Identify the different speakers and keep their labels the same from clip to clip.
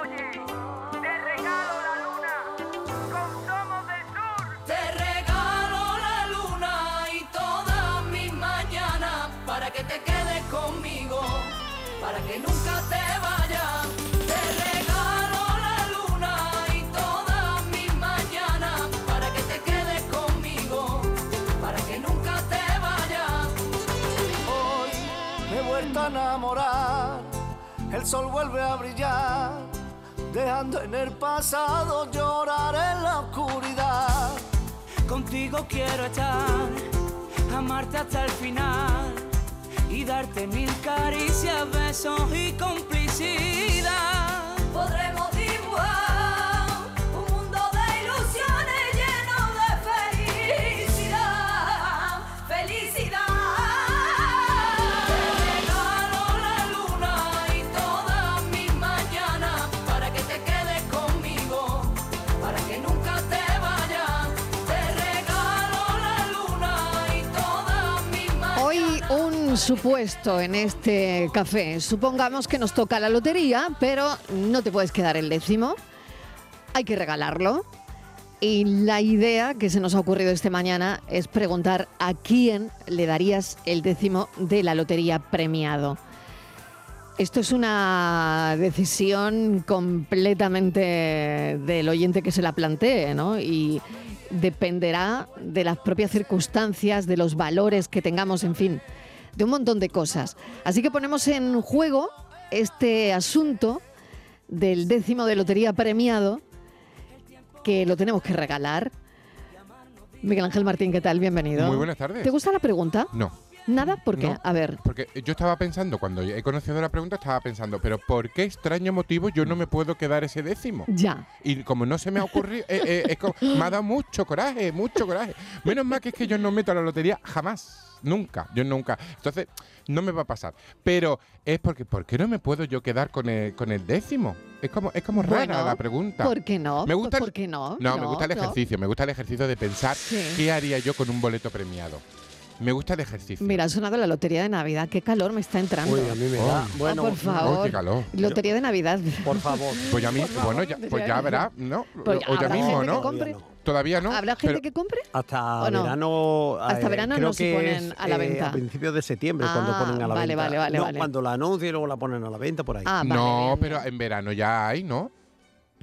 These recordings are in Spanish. Speaker 1: Oye, te regalo la luna con Somos del Sur.
Speaker 2: Te regalo la luna y todas mis mañanas para que te quedes conmigo, para que nunca te vayas. Te regalo la luna y todas mis mañanas para que te quedes conmigo, para que nunca te vayas.
Speaker 3: Hoy me he vuelto a enamorar, el sol vuelve a brillar, dejando en el pasado llorar en la oscuridad.
Speaker 4: Contigo quiero estar, amarte hasta el final y darte mil caricias, besos y complicidad.
Speaker 2: Podremos dibujar un mundo de ilusiones lleno de felicidad, felicidad. Te regalo la luna y todas mis mañanas para que te quedes conmigo, para que nunca te vayas. Te regalo la luna y todas mis mañanas.
Speaker 5: Hoy un supuesto en este café. Supongamos que nos toca la lotería, pero no te puedes quedar el décimo. Hay que regalarlo. Y la idea que se nos ha ocurrido este mañana es preguntar a quién le darías el décimo de la lotería premiado. Esto es una decisión completamente del oyente que se la plantee, ¿no? Y dependerá de las propias circunstancias, de los valores que tengamos, en fin, de un montón de cosas. Así que ponemos en juego este asunto del décimo de lotería premiado que lo tenemos que regalar. Miguel Ángel Martín, ¿qué tal? Bienvenido.
Speaker 6: Muy buenas tardes.
Speaker 5: ¿Te gusta la pregunta?
Speaker 6: No,
Speaker 5: Nada, porque,
Speaker 6: No.
Speaker 5: a ver,
Speaker 6: porque yo estaba pensando, cuando he conocido la pregunta, estaba pensando, pero ¿por qué extraño motivo yo no me puedo quedar ese décimo?
Speaker 5: ya.
Speaker 6: Y como no se me ha ocurrido, eh, eh, es como- me ha dado mucho coraje, mucho coraje. Menos mal que es que yo no meto a la lotería jamás, nunca, yo nunca. Entonces, no me va a pasar. Pero es porque, ¿por qué no me puedo yo quedar con el, con el décimo? Es como, es como rara
Speaker 5: Bueno,
Speaker 6: la pregunta.
Speaker 5: ¿Por qué no?
Speaker 6: Me gusta el-
Speaker 5: ¿Por qué no?
Speaker 6: No, me gusta el
Speaker 5: no.
Speaker 6: ejercicio, me gusta el ejercicio de pensar
Speaker 5: Sí.
Speaker 6: qué haría yo con un boleto premiado. Me gusta el ejercicio.
Speaker 5: Mira, ha sonado la lotería de Navidad. Qué calor me está entrando.
Speaker 3: Uy, a mí me da.
Speaker 5: Ah,
Speaker 3: Bueno,
Speaker 5: por favor.
Speaker 6: oh, qué calor.
Speaker 5: Lotería de Navidad.
Speaker 3: por favor.
Speaker 6: Pues ya mi- bueno, ya, pues ya verá, ¿no?
Speaker 5: Pues
Speaker 6: o ya
Speaker 5: habrá
Speaker 6: mismo,
Speaker 5: gente que
Speaker 6: ¿no?
Speaker 5: compre.
Speaker 3: Todavía
Speaker 6: Todavía no.
Speaker 5: ¿Habrá gente que compre?
Speaker 3: Hasta
Speaker 5: ¿O no?
Speaker 3: verano. eh,
Speaker 5: Hasta verano
Speaker 3: creo
Speaker 5: no se
Speaker 3: que
Speaker 5: ponen
Speaker 3: es,
Speaker 5: a la
Speaker 3: eh,
Speaker 5: venta.
Speaker 3: a principios de septiembre
Speaker 5: Ah,
Speaker 3: cuando ponen a la
Speaker 5: vale,
Speaker 3: venta.
Speaker 5: vale, vale,
Speaker 3: No,
Speaker 5: vale.
Speaker 3: cuando la anuncian y luego la ponen a la venta por ahí.
Speaker 5: Ah, vale, Mm.
Speaker 6: no,
Speaker 5: bien,
Speaker 6: pero
Speaker 5: bien.
Speaker 6: en verano ya hay, ¿no?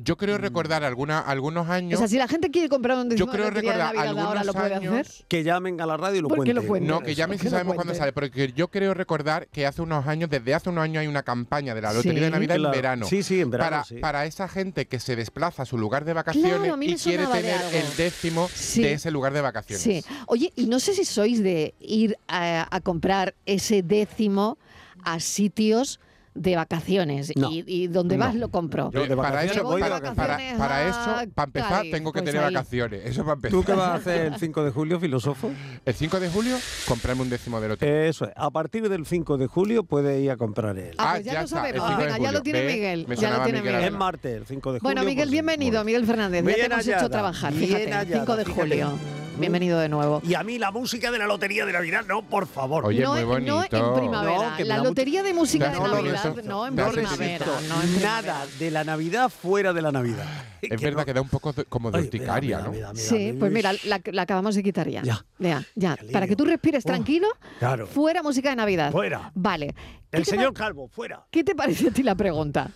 Speaker 6: Yo creo recordar alguna, algunos
Speaker 5: O
Speaker 6: años.
Speaker 5: sea, si la gente quiere comprar un
Speaker 6: yo
Speaker 5: décimo de
Speaker 6: creo
Speaker 5: lotería de
Speaker 6: recordar
Speaker 5: Navidad
Speaker 6: algunos
Speaker 5: ahora, ¿lo puede
Speaker 6: años.
Speaker 5: hacer?
Speaker 3: Que llamen a la radio y lo
Speaker 5: ¿Por qué
Speaker 3: cuenten.
Speaker 5: lo cuenten?
Speaker 6: No, que ya me
Speaker 5: ¿Por qué
Speaker 6: si
Speaker 5: lo
Speaker 6: sabemos cuándo
Speaker 5: cuenten?
Speaker 6: sale, porque yo creo recordar que hace unos años, desde hace unos años hay una campaña de la Lotería de
Speaker 5: Sí,
Speaker 6: Navidad
Speaker 3: claro.
Speaker 6: en verano.
Speaker 3: Sí, sí, en verano,
Speaker 6: Para,
Speaker 3: sí.
Speaker 6: para esa gente que se desplaza a su lugar de vacaciones
Speaker 5: Claro, a mí me
Speaker 6: y quiere
Speaker 5: sonaba de
Speaker 6: tener
Speaker 5: algo.
Speaker 6: el décimo
Speaker 5: Sí.
Speaker 6: de ese lugar de vacaciones.
Speaker 5: Sí. Oye, y no sé si sois de ir a, a comprar ese décimo a sitios de vacaciones
Speaker 3: No.
Speaker 5: y, y donde
Speaker 6: No.
Speaker 5: vas lo compro.
Speaker 3: Yo- de
Speaker 6: para
Speaker 3: vacaciones
Speaker 6: eso,
Speaker 3: voy de
Speaker 6: para, para-
Speaker 5: vacaciones
Speaker 6: para
Speaker 5: a
Speaker 6: eso, para empezar,
Speaker 5: Cádiz,
Speaker 6: tengo que
Speaker 5: Ah, pues
Speaker 6: tener
Speaker 5: ahí.
Speaker 6: vacaciones. Eso para empezar.
Speaker 3: ¿Tú qué vas a hacer el 5 de julio, filósofo?
Speaker 6: El 5 de julio, comprarme un décimo de lotería.
Speaker 3: Eso es. A partir del 5 de julio puede ir a comprar él.
Speaker 5: Ah, pues ya lo
Speaker 6: el
Speaker 5: sabemos.
Speaker 6: 5 de
Speaker 5: Venga, ya
Speaker 6: julio.
Speaker 5: lo tiene
Speaker 6: Ve,
Speaker 5: Miguel,
Speaker 6: me
Speaker 5: ya lo
Speaker 6: sonaba
Speaker 5: tiene
Speaker 6: Miguel.
Speaker 5: Miguel.
Speaker 3: Es martes, el 5 de julio.
Speaker 5: Bueno, Miguel,
Speaker 3: pues,
Speaker 5: bienvenido, Miguel Fernández. ya
Speaker 3: Bien
Speaker 5: te hemos hecho
Speaker 3: hallada,
Speaker 5: trabajar,
Speaker 3: bien
Speaker 5: fíjate, el
Speaker 3: hallada,
Speaker 5: 5 de
Speaker 3: fíjate.
Speaker 5: julio. Bienvenido de nuevo.
Speaker 3: Y a mí la música de la lotería de Navidad, no, por favor.
Speaker 6: Oye,
Speaker 5: no,
Speaker 6: muy
Speaker 5: en- no
Speaker 6: bonito.
Speaker 5: en primavera.
Speaker 3: No, que me
Speaker 5: la
Speaker 3: da mucho-
Speaker 5: lotería de música
Speaker 6: Ya
Speaker 5: de
Speaker 6: no lo
Speaker 5: Navidad,
Speaker 6: resisto.
Speaker 5: no en
Speaker 6: Ya
Speaker 3: no
Speaker 6: primavera,
Speaker 5: primavera.
Speaker 3: resisto
Speaker 5: No en
Speaker 3: nada
Speaker 5: primavera.
Speaker 3: de la Navidad fuera de la Navidad.
Speaker 6: Es verdad que da un poco de- como de
Speaker 3: Ay, mira,
Speaker 6: urticaria,
Speaker 3: mira,
Speaker 6: ¿no?
Speaker 3: mira, mira,
Speaker 5: Sí,
Speaker 3: mira,
Speaker 5: pues mira,
Speaker 3: mira.
Speaker 5: la, la acabamos de quitar ya.
Speaker 3: Ya.
Speaker 5: Ya, ya.
Speaker 3: Qué
Speaker 5: Para que
Speaker 3: alivio.
Speaker 5: tú respires
Speaker 3: Uf,
Speaker 5: tranquilo,
Speaker 3: claro.
Speaker 5: fuera música de Navidad.
Speaker 3: Fuera.
Speaker 5: Vale. ¿Qué
Speaker 3: El
Speaker 5: te
Speaker 3: señor
Speaker 5: pa-
Speaker 3: Calvo, fuera.
Speaker 5: ¿Qué te parece a ti la pregunta?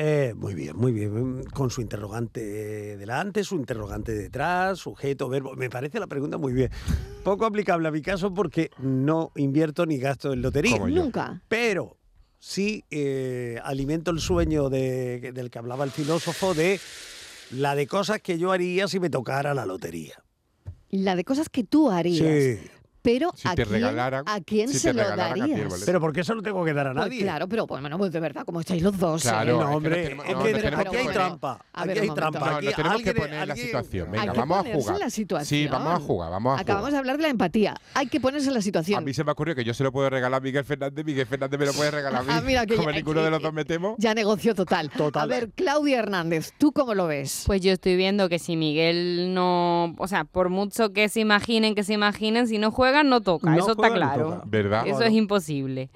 Speaker 3: Eh, muy bien, muy bien. Mm, Con su interrogante delante, su interrogante detrás, sujeto, verbo. Me parece la pregunta muy bien. Poco aplicable a mi caso porque no invierto ni gasto en lotería.
Speaker 6: Como yo.
Speaker 5: Nunca.
Speaker 3: Pero sí eh, alimento el sueño de- del que hablaba el filósofo de la de cosas que yo haría si me tocara la lotería.
Speaker 5: La de cosas que tú harías.
Speaker 3: Sí.
Speaker 5: pero
Speaker 6: Si
Speaker 5: ¿a
Speaker 6: te
Speaker 5: quién,
Speaker 6: regalaran-
Speaker 5: ¿a quién
Speaker 6: si te
Speaker 5: se lo
Speaker 6: regalaran a ti el
Speaker 5: darías?
Speaker 6: boleto.
Speaker 3: Pero ¿por qué se lo tengo que dar a
Speaker 5: Pues
Speaker 3: nadie?
Speaker 5: claro, pero bueno, pues de verdad, como estáis los dos.
Speaker 6: Claro, es
Speaker 5: ¿eh?
Speaker 6: que
Speaker 3: No,
Speaker 6: nos
Speaker 3: hombre,
Speaker 6: tenemos-
Speaker 3: es
Speaker 6: no,
Speaker 3: que
Speaker 6: nos tenemos
Speaker 3: aquí
Speaker 6: que
Speaker 3: hay
Speaker 6: poner-
Speaker 3: trampa.
Speaker 5: A
Speaker 3: Aquí
Speaker 5: ver, un
Speaker 3: hay
Speaker 5: momento.
Speaker 3: trampa.
Speaker 6: No,
Speaker 3: aquí
Speaker 6: nos tenemos
Speaker 3: alguien-
Speaker 6: que poner en la
Speaker 3: alguien-
Speaker 6: situación.
Speaker 5: Hay
Speaker 6: Venga,
Speaker 5: que
Speaker 6: vamos a
Speaker 5: ponerse en
Speaker 6: jugar.
Speaker 5: la situación.
Speaker 6: Sí, vamos a jugar, vamos a
Speaker 5: Acabamos
Speaker 6: jugar.
Speaker 5: de hablar de la empatía. Hay que ponerse en la
Speaker 6: A
Speaker 5: situación.
Speaker 6: mí se me ha ocurrido que yo se lo puedo regalar a Miguel Fernández, Miguel Fernández me lo puede regalar a mí.
Speaker 5: Ah, mira, que
Speaker 6: como
Speaker 5: ya-
Speaker 6: ninguno de los dos metemos.
Speaker 5: Ya negocio total.
Speaker 3: Total.
Speaker 5: A ver, Claudia Hernández, ¿tú cómo lo ves?
Speaker 7: Pues yo estoy viendo que si Miguel no, o sea, por mucho que se imaginen, que se imaginen, si no juegan no toca,
Speaker 3: No
Speaker 7: eso está
Speaker 3: juegan, no
Speaker 7: claro.
Speaker 3: toca.
Speaker 6: ¿Verdad?
Speaker 7: Eso
Speaker 3: Claro.
Speaker 7: es imposible.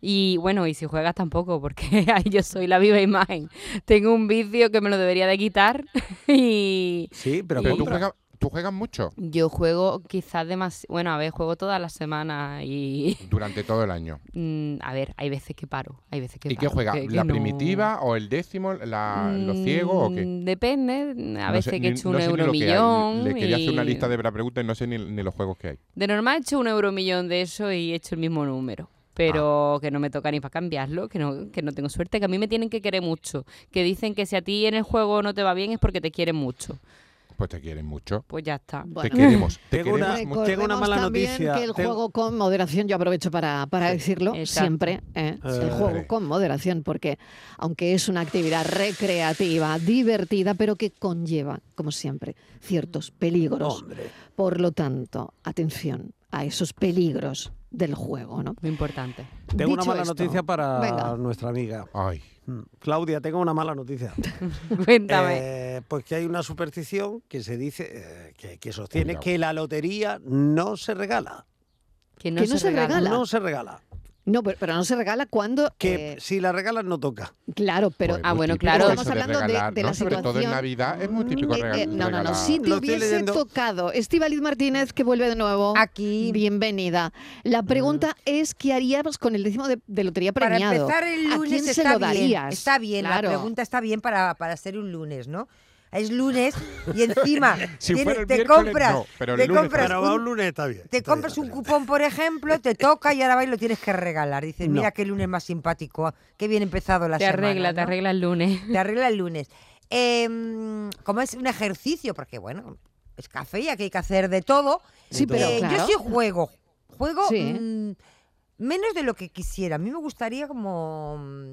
Speaker 7: Y bueno, y si juegas tampoco, porque ay, yo soy la viva imagen. Tengo un vicio que me lo debería de quitar y
Speaker 3: Sí, pero,
Speaker 6: Pero tú
Speaker 3: compra.
Speaker 6: juegas, tú juegas mucho
Speaker 7: yo juego quizás demasiado, bueno, a ver, juego todas las semanas y
Speaker 6: durante todo el año.
Speaker 7: mm, a ver, hay veces que paro, hay veces que
Speaker 6: ¿Y qué
Speaker 7: paro,
Speaker 6: juegas?
Speaker 7: que- que
Speaker 6: ¿La
Speaker 7: no.
Speaker 6: primitiva o el décimo? La, ¿Los ciegos o qué?
Speaker 7: Mm, Depende, a
Speaker 6: No
Speaker 7: veces
Speaker 6: sé-
Speaker 7: que he
Speaker 6: ni-
Speaker 7: hecho
Speaker 6: no
Speaker 7: un
Speaker 6: sé ni
Speaker 7: euro
Speaker 6: lo que hay.
Speaker 7: millón.
Speaker 6: Le quería hacer una
Speaker 7: y-
Speaker 6: lista de la pregunta y no sé ni, ni los juegos que hay.
Speaker 7: De normal he hecho un euro millón de eso y he hecho el mismo número. Pero
Speaker 6: Ah.
Speaker 7: que no me toca ni para cambiarlo, que no, que no tengo suerte, que a mí me tienen que querer mucho. Que dicen que si a ti en el juego no te va bien es porque te quieren mucho.
Speaker 6: Pues te quieren mucho.
Speaker 7: Pues ya está.
Speaker 5: Bueno.
Speaker 6: te queremos. Te
Speaker 3: Tengo una-
Speaker 6: queremos mucho.
Speaker 5: Recordemos
Speaker 3: Tengo una mala
Speaker 5: también
Speaker 3: noticia.
Speaker 5: que el
Speaker 3: Tengo-
Speaker 5: juego con moderación, yo aprovecho para, para decirlo
Speaker 7: Exacto.
Speaker 5: siempre, ¿eh? el
Speaker 3: Siempre.
Speaker 5: juego con moderación, porque aunque es una actividad recreativa, divertida, pero que conlleva, como siempre, ciertos peligros.
Speaker 3: Hombre.
Speaker 5: Por lo tanto, atención a esos peligros del juego, ¿no?
Speaker 7: Muy importante.
Speaker 3: Tengo una
Speaker 5: Dicho
Speaker 3: mala
Speaker 5: esto,
Speaker 3: noticia para
Speaker 5: venga.
Speaker 3: nuestra amiga.
Speaker 6: Ay,
Speaker 3: Mm. Claudia, tengo una mala noticia.
Speaker 7: Cuéntame.
Speaker 3: Eh, pues que hay una superstición que se dice, eh, que, que sostiene
Speaker 6: Cuidado.
Speaker 3: que la lotería no se regala.
Speaker 7: que no,
Speaker 5: que no
Speaker 7: se,
Speaker 5: se
Speaker 7: regala.
Speaker 5: Regala.
Speaker 3: No se regala.
Speaker 5: No, pero, pero no se regala cuando...
Speaker 3: Que
Speaker 5: eh,
Speaker 3: si la regalas no toca.
Speaker 5: claro, pero...
Speaker 6: pues
Speaker 7: ah,
Speaker 6: muy
Speaker 7: bueno,
Speaker 6: típico
Speaker 7: claro.
Speaker 6: eso
Speaker 5: Estamos hablando de-
Speaker 6: regalar,
Speaker 5: de
Speaker 6: ¿no?
Speaker 5: la
Speaker 6: Sobre todo en
Speaker 5: situación.
Speaker 6: Navidad es muy típico
Speaker 5: Eh, eh,
Speaker 6: regalar.
Speaker 5: no, no, no.
Speaker 6: regalar.
Speaker 5: Si te
Speaker 3: Lo estoy
Speaker 5: hubiese
Speaker 3: leyendo.
Speaker 5: tocado Estíbaliz Martínez, que vuelve de nuevo.
Speaker 8: Aquí.
Speaker 5: Bienvenida. La pregunta es: ¿qué haríamos con el décimo de, de lotería premiado?
Speaker 8: Para empezar el
Speaker 5: ¿A
Speaker 8: lunes
Speaker 5: quién se
Speaker 8: está
Speaker 5: lo
Speaker 8: bien,
Speaker 5: darías?
Speaker 8: Está bien,
Speaker 5: Claro.
Speaker 8: la pregunta está bien para, para hacer un lunes, ¿no? Es lunes y encima
Speaker 6: Si
Speaker 8: tienes-
Speaker 6: fuera el
Speaker 8: te
Speaker 6: miércoles,
Speaker 8: compras,
Speaker 6: no, pero el
Speaker 8: te
Speaker 6: lunes
Speaker 8: compras
Speaker 6: Pero
Speaker 3: Pero
Speaker 8: un-
Speaker 3: va un lunes está bien.
Speaker 8: te compras un cupón, por ejemplo, te toca y ahora va y lo tienes que regalar. Dices,
Speaker 3: No.
Speaker 8: mira qué lunes más simpático, qué bien empezado la
Speaker 7: Te
Speaker 8: semana.
Speaker 7: arregla, te
Speaker 8: ¿no?
Speaker 7: arregla el lunes.
Speaker 8: Te arregla el lunes. Eh, como es un ejercicio, porque bueno, es café y aquí hay que hacer de todo.
Speaker 5: Sí, pero
Speaker 8: Eh,
Speaker 5: claro.
Speaker 8: Yo sí juego. Juego
Speaker 5: Sí.
Speaker 8: mm, menos de lo que quisiera. A mí me gustaría como, mm,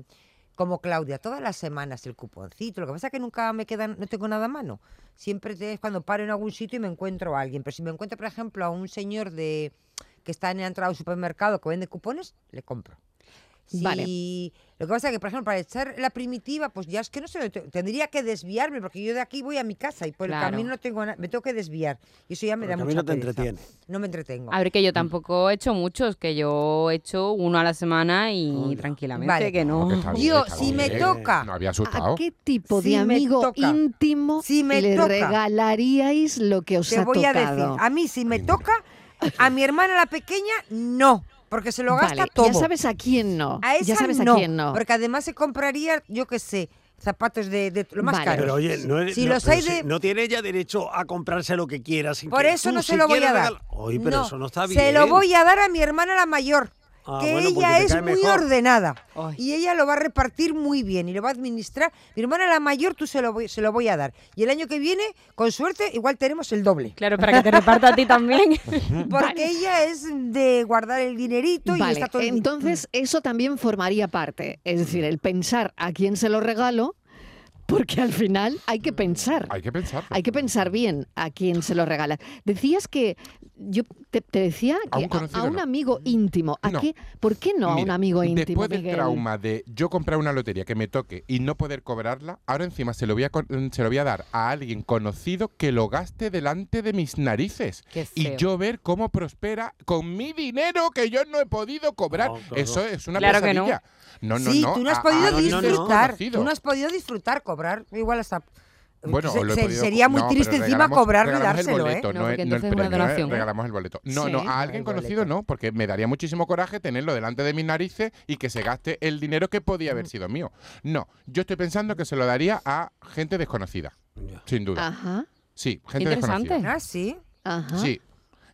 Speaker 8: como Claudia, todas las semanas el cuponcito. Lo que pasa es que nunca me quedan, no tengo nada a mano. Siempre te- es cuando paro en algún sitio y me encuentro a alguien. Pero si me encuentro, por ejemplo, a un señor de que está en la entrada del supermercado que vende cupones, le compro.
Speaker 5: Vale.
Speaker 8: Si- Lo que pasa es que, por ejemplo, para echar la primitiva, pues ya es que no sé, te- tendría que desviarme, porque yo de aquí voy a mi casa y por
Speaker 7: Claro.
Speaker 8: el camino no tengo na- me tengo que desviar. Y eso ya me
Speaker 3: Por el
Speaker 8: da
Speaker 3: camino
Speaker 8: mucha
Speaker 3: te
Speaker 8: pereza.
Speaker 3: entretiene.
Speaker 8: No me entretengo.
Speaker 7: A ver, que yo tampoco he hecho muchos, que yo he hecho uno a la semana y tranquilamente
Speaker 8: Vale.
Speaker 7: que no.
Speaker 6: que está bien,
Speaker 8: Yo,
Speaker 6: está
Speaker 8: si
Speaker 6: bien.
Speaker 8: me toca.
Speaker 6: Eh, No había
Speaker 5: ¿A
Speaker 6: asustado.
Speaker 5: qué tipo de
Speaker 8: Si me
Speaker 5: amigo
Speaker 8: toca.
Speaker 5: íntimo
Speaker 8: Si me
Speaker 5: le
Speaker 8: toca.
Speaker 5: regalaríais lo que os
Speaker 8: Te
Speaker 5: ha
Speaker 8: voy a
Speaker 5: tocado?
Speaker 8: decir, a mí si me toca, a mi hermana la pequeña, no, porque se lo gasta
Speaker 5: Vale,
Speaker 8: todo.
Speaker 5: Ya sabes a quién no.
Speaker 8: a esa
Speaker 5: ya sabes
Speaker 8: no,
Speaker 5: a quién no.
Speaker 8: porque además se compraría, yo qué sé, zapatos de, de lo más
Speaker 5: Vale.
Speaker 8: caro.
Speaker 3: Pero oye, no, eres-
Speaker 8: Si
Speaker 3: no,
Speaker 8: los
Speaker 3: pero
Speaker 8: hay
Speaker 3: si
Speaker 8: de-
Speaker 3: no tiene ella derecho a comprarse lo que quiera. sin
Speaker 8: Por
Speaker 3: que
Speaker 8: eso
Speaker 3: tú,
Speaker 8: no se
Speaker 3: si
Speaker 8: lo voy
Speaker 3: quieres
Speaker 8: a dar.
Speaker 3: regalar- Oye, pero eso no está bien.
Speaker 8: Se lo voy a dar a mi hermana la mayor,
Speaker 3: Ah,
Speaker 8: que
Speaker 3: bueno, porque
Speaker 8: ella
Speaker 3: te
Speaker 8: es
Speaker 3: cae
Speaker 8: muy
Speaker 3: mejor.
Speaker 8: ordenada.
Speaker 7: Ay.
Speaker 8: Y ella lo va a repartir muy bien y lo va a administrar. Mi hermana la mayor, tú se lo voy, se lo voy a dar. Y el año que viene, con suerte, igual tenemos el doble.
Speaker 7: Claro, para que te reparta a ti también.
Speaker 8: Porque ella es de guardar el dinerito y
Speaker 5: Vale,
Speaker 8: está todo el- mm.
Speaker 5: entonces eso también formaría parte. Es decir, el pensar a quién se lo regalo, porque al final hay que pensar.
Speaker 6: Hay que pensar.
Speaker 5: Hay que pensar bien a quién se lo regala. Decías que yo te, te decía
Speaker 6: A
Speaker 5: que
Speaker 6: un conocido
Speaker 5: un
Speaker 6: no.
Speaker 5: amigo íntimo. ¿A
Speaker 6: No.
Speaker 5: qué? ¿Por qué no a un
Speaker 6: Mira,
Speaker 5: amigo íntimo?
Speaker 6: Después del
Speaker 5: Miguel?
Speaker 6: trauma de yo comprar una lotería que me toque y no poder cobrarla, ahora encima se lo voy a, co- se lo voy a dar a alguien conocido que lo gaste delante de mis narices.
Speaker 7: Qué feo.
Speaker 6: Y yo ver cómo prospera con mi dinero que yo no he podido cobrar.
Speaker 3: No, claro.
Speaker 6: Eso es una
Speaker 7: Claro que no.
Speaker 6: pesadilla. No, no,
Speaker 8: sí,
Speaker 6: Ah, no.
Speaker 8: tú no has
Speaker 6: a-
Speaker 8: podido
Speaker 6: a alguien
Speaker 3: no, no.
Speaker 8: disfrutar.
Speaker 6: desconocido.
Speaker 8: Tú no has podido disfrutar, cobrar. Igual hasta.
Speaker 6: Bueno,
Speaker 8: se-
Speaker 6: o lo he
Speaker 8: se-
Speaker 6: podido co-
Speaker 8: sería muy
Speaker 6: no, pero
Speaker 8: triste encima
Speaker 6: regalamos-
Speaker 8: cobrarlo y
Speaker 6: regalamos el
Speaker 8: dárselo, ¿eh?
Speaker 6: boleto,
Speaker 7: No,
Speaker 6: No,
Speaker 7: porque
Speaker 6: es- no el
Speaker 7: entonces es una
Speaker 6: premio, ¿eh?
Speaker 7: donación.
Speaker 6: regalamos el boleto. No,
Speaker 5: Sí.
Speaker 6: no, a alguien
Speaker 8: El
Speaker 6: conocido
Speaker 8: boleto.
Speaker 6: no, porque me daría muchísimo coraje tenerlo delante de mis narices y que se gaste el dinero que podía haber sido mío. No, yo estoy pensando que se lo daría a gente desconocida,
Speaker 3: Ya.
Speaker 6: sin duda.
Speaker 5: Ajá,
Speaker 6: Sí, gente
Speaker 7: Ah. interesante.
Speaker 6: desconocida.
Speaker 8: Ah, Mm. sí.
Speaker 5: ajá.
Speaker 6: Sí,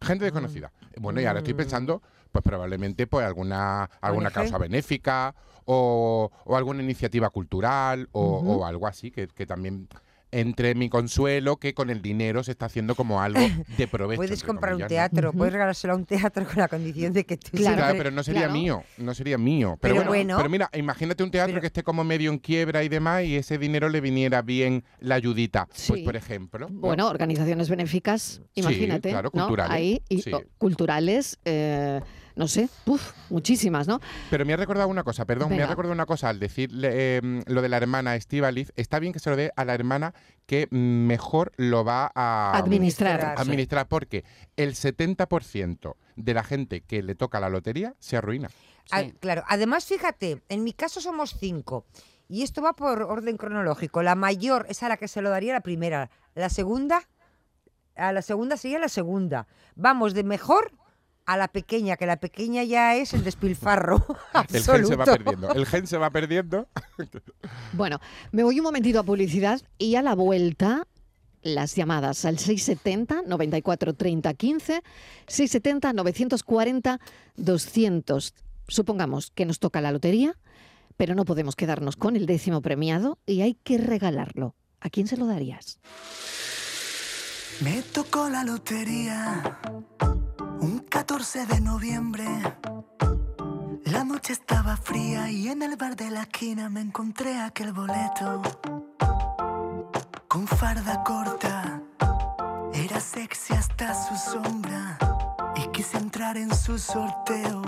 Speaker 6: gente desconocida. Bueno, y ahora estoy pensando, pues probablemente pues alguna, alguna
Speaker 8: ONG.
Speaker 6: causa benéfica o, o alguna iniciativa cultural o, o algo así que, que también entre mi consuelo que con el dinero se está haciendo como algo de provecho.
Speaker 8: Puedes
Speaker 6: entre
Speaker 8: comprar un
Speaker 6: comillas, ¿no?
Speaker 8: teatro,
Speaker 5: Ujú.
Speaker 8: puedes regalárselo a un teatro con la condición de que tú
Speaker 6: Claro,
Speaker 5: Claro.
Speaker 8: siempre-
Speaker 6: pero no sería
Speaker 5: claro.
Speaker 6: mío, no sería mío. Pero,
Speaker 8: Pero
Speaker 6: bueno,
Speaker 8: bueno.
Speaker 6: pero mira, imagínate un teatro
Speaker 8: Pero-
Speaker 6: que esté como medio en quiebra y demás y ese dinero le viniera bien la ayudita, pues
Speaker 5: Sí.
Speaker 6: por ejemplo. ¿no?
Speaker 5: Bueno, organizaciones benéficas, imagínate.
Speaker 6: claro,
Speaker 5: ¿no?
Speaker 6: culturales,
Speaker 5: Ahí, y,
Speaker 6: sí.
Speaker 5: o, culturales, eh, no sé, uf, muchísimas, ¿no?
Speaker 6: Pero me ha recordado una cosa, perdón, me
Speaker 5: Venga.
Speaker 6: ha recordado una cosa al decir em, lo de la hermana Estivaliz. Está bien que se lo dé a la hermana que mejor lo va a
Speaker 5: Administrar.
Speaker 8: administrar.
Speaker 6: administrar, porque el 70% de la gente que le toca la lotería se arruina.
Speaker 8: Ah,
Speaker 9: Sí.
Speaker 8: claro, además fíjate, en mi caso somos cinco y esto va por orden cronológico. La mayor es a la que se lo daría la primera, la segunda a la segunda sería la segunda. Vamos de mejor a la pequeña, que la pequeña ya es el despilfarro
Speaker 6: El
Speaker 8: absoluto.
Speaker 6: gen se va perdiendo. El gen se va perdiendo.
Speaker 5: Bueno, me voy un momentito a publicidad y a la vuelta las llamadas al 670 94 30 15, 670 940 200. Supongamos que nos toca la lotería, pero no podemos quedarnos con el décimo premiado y hay que regalarlo. ¿A quién se lo darías?
Speaker 10: Me tocó la lotería un 14 de noviembre. La noche estaba fría y en el bar de la esquina me encontré aquel boleto. Con farda corta, era sexy hasta su sombra y quise entrar en su sorteo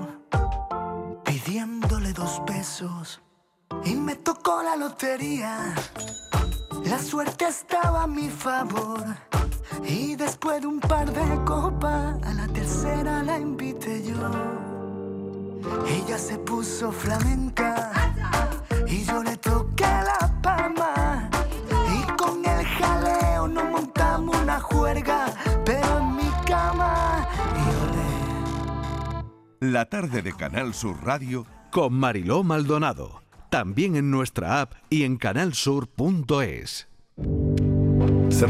Speaker 10: pidiéndole dos pesos. Y me tocó la lotería. La suerte estaba a mi favor y después de un par de copas a la tercera la invité yo. Ella se puso flamenca y yo le toqué la palma y con el jaleo nos montamos una juerga, pero en mi cama y olé.
Speaker 11: La tarde de Canal Sur Radio con Mariló Maldonado. También en nuestra app y en canalsur.es.
Speaker 12: Ser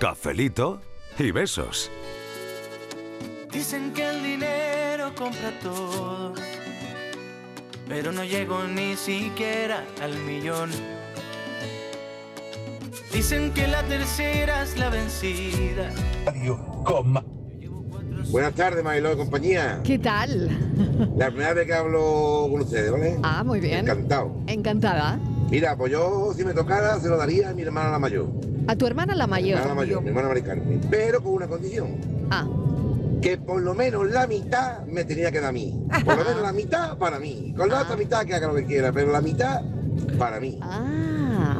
Speaker 11: Cafelito y besos.
Speaker 13: Dicen que el dinero compra todo, pero no llego ni siquiera al millón. Dicen que la tercera es la vencida.
Speaker 14: Buenas tardes, Mariló y compañía.
Speaker 5: ¿Qué tal?
Speaker 14: La primera vez que hablo con ustedes, ¿vale?
Speaker 5: Ah, muy bien.
Speaker 14: Encantado.
Speaker 5: Encantada.
Speaker 14: Mira, pues yo, si me tocara, se lo daría a mi hermana la mayor.
Speaker 5: A tu hermana la
Speaker 14: Mi
Speaker 5: mayor.
Speaker 14: hermana mayor, mi hermana Mari Carmen. Pero con una condición.
Speaker 5: Ah.
Speaker 14: Que por lo menos la mitad me tenía que dar a mí. Por lo menos la mitad para mí. Con
Speaker 5: Ah.
Speaker 14: la otra mitad que haga lo que quiera, pero la mitad para mí.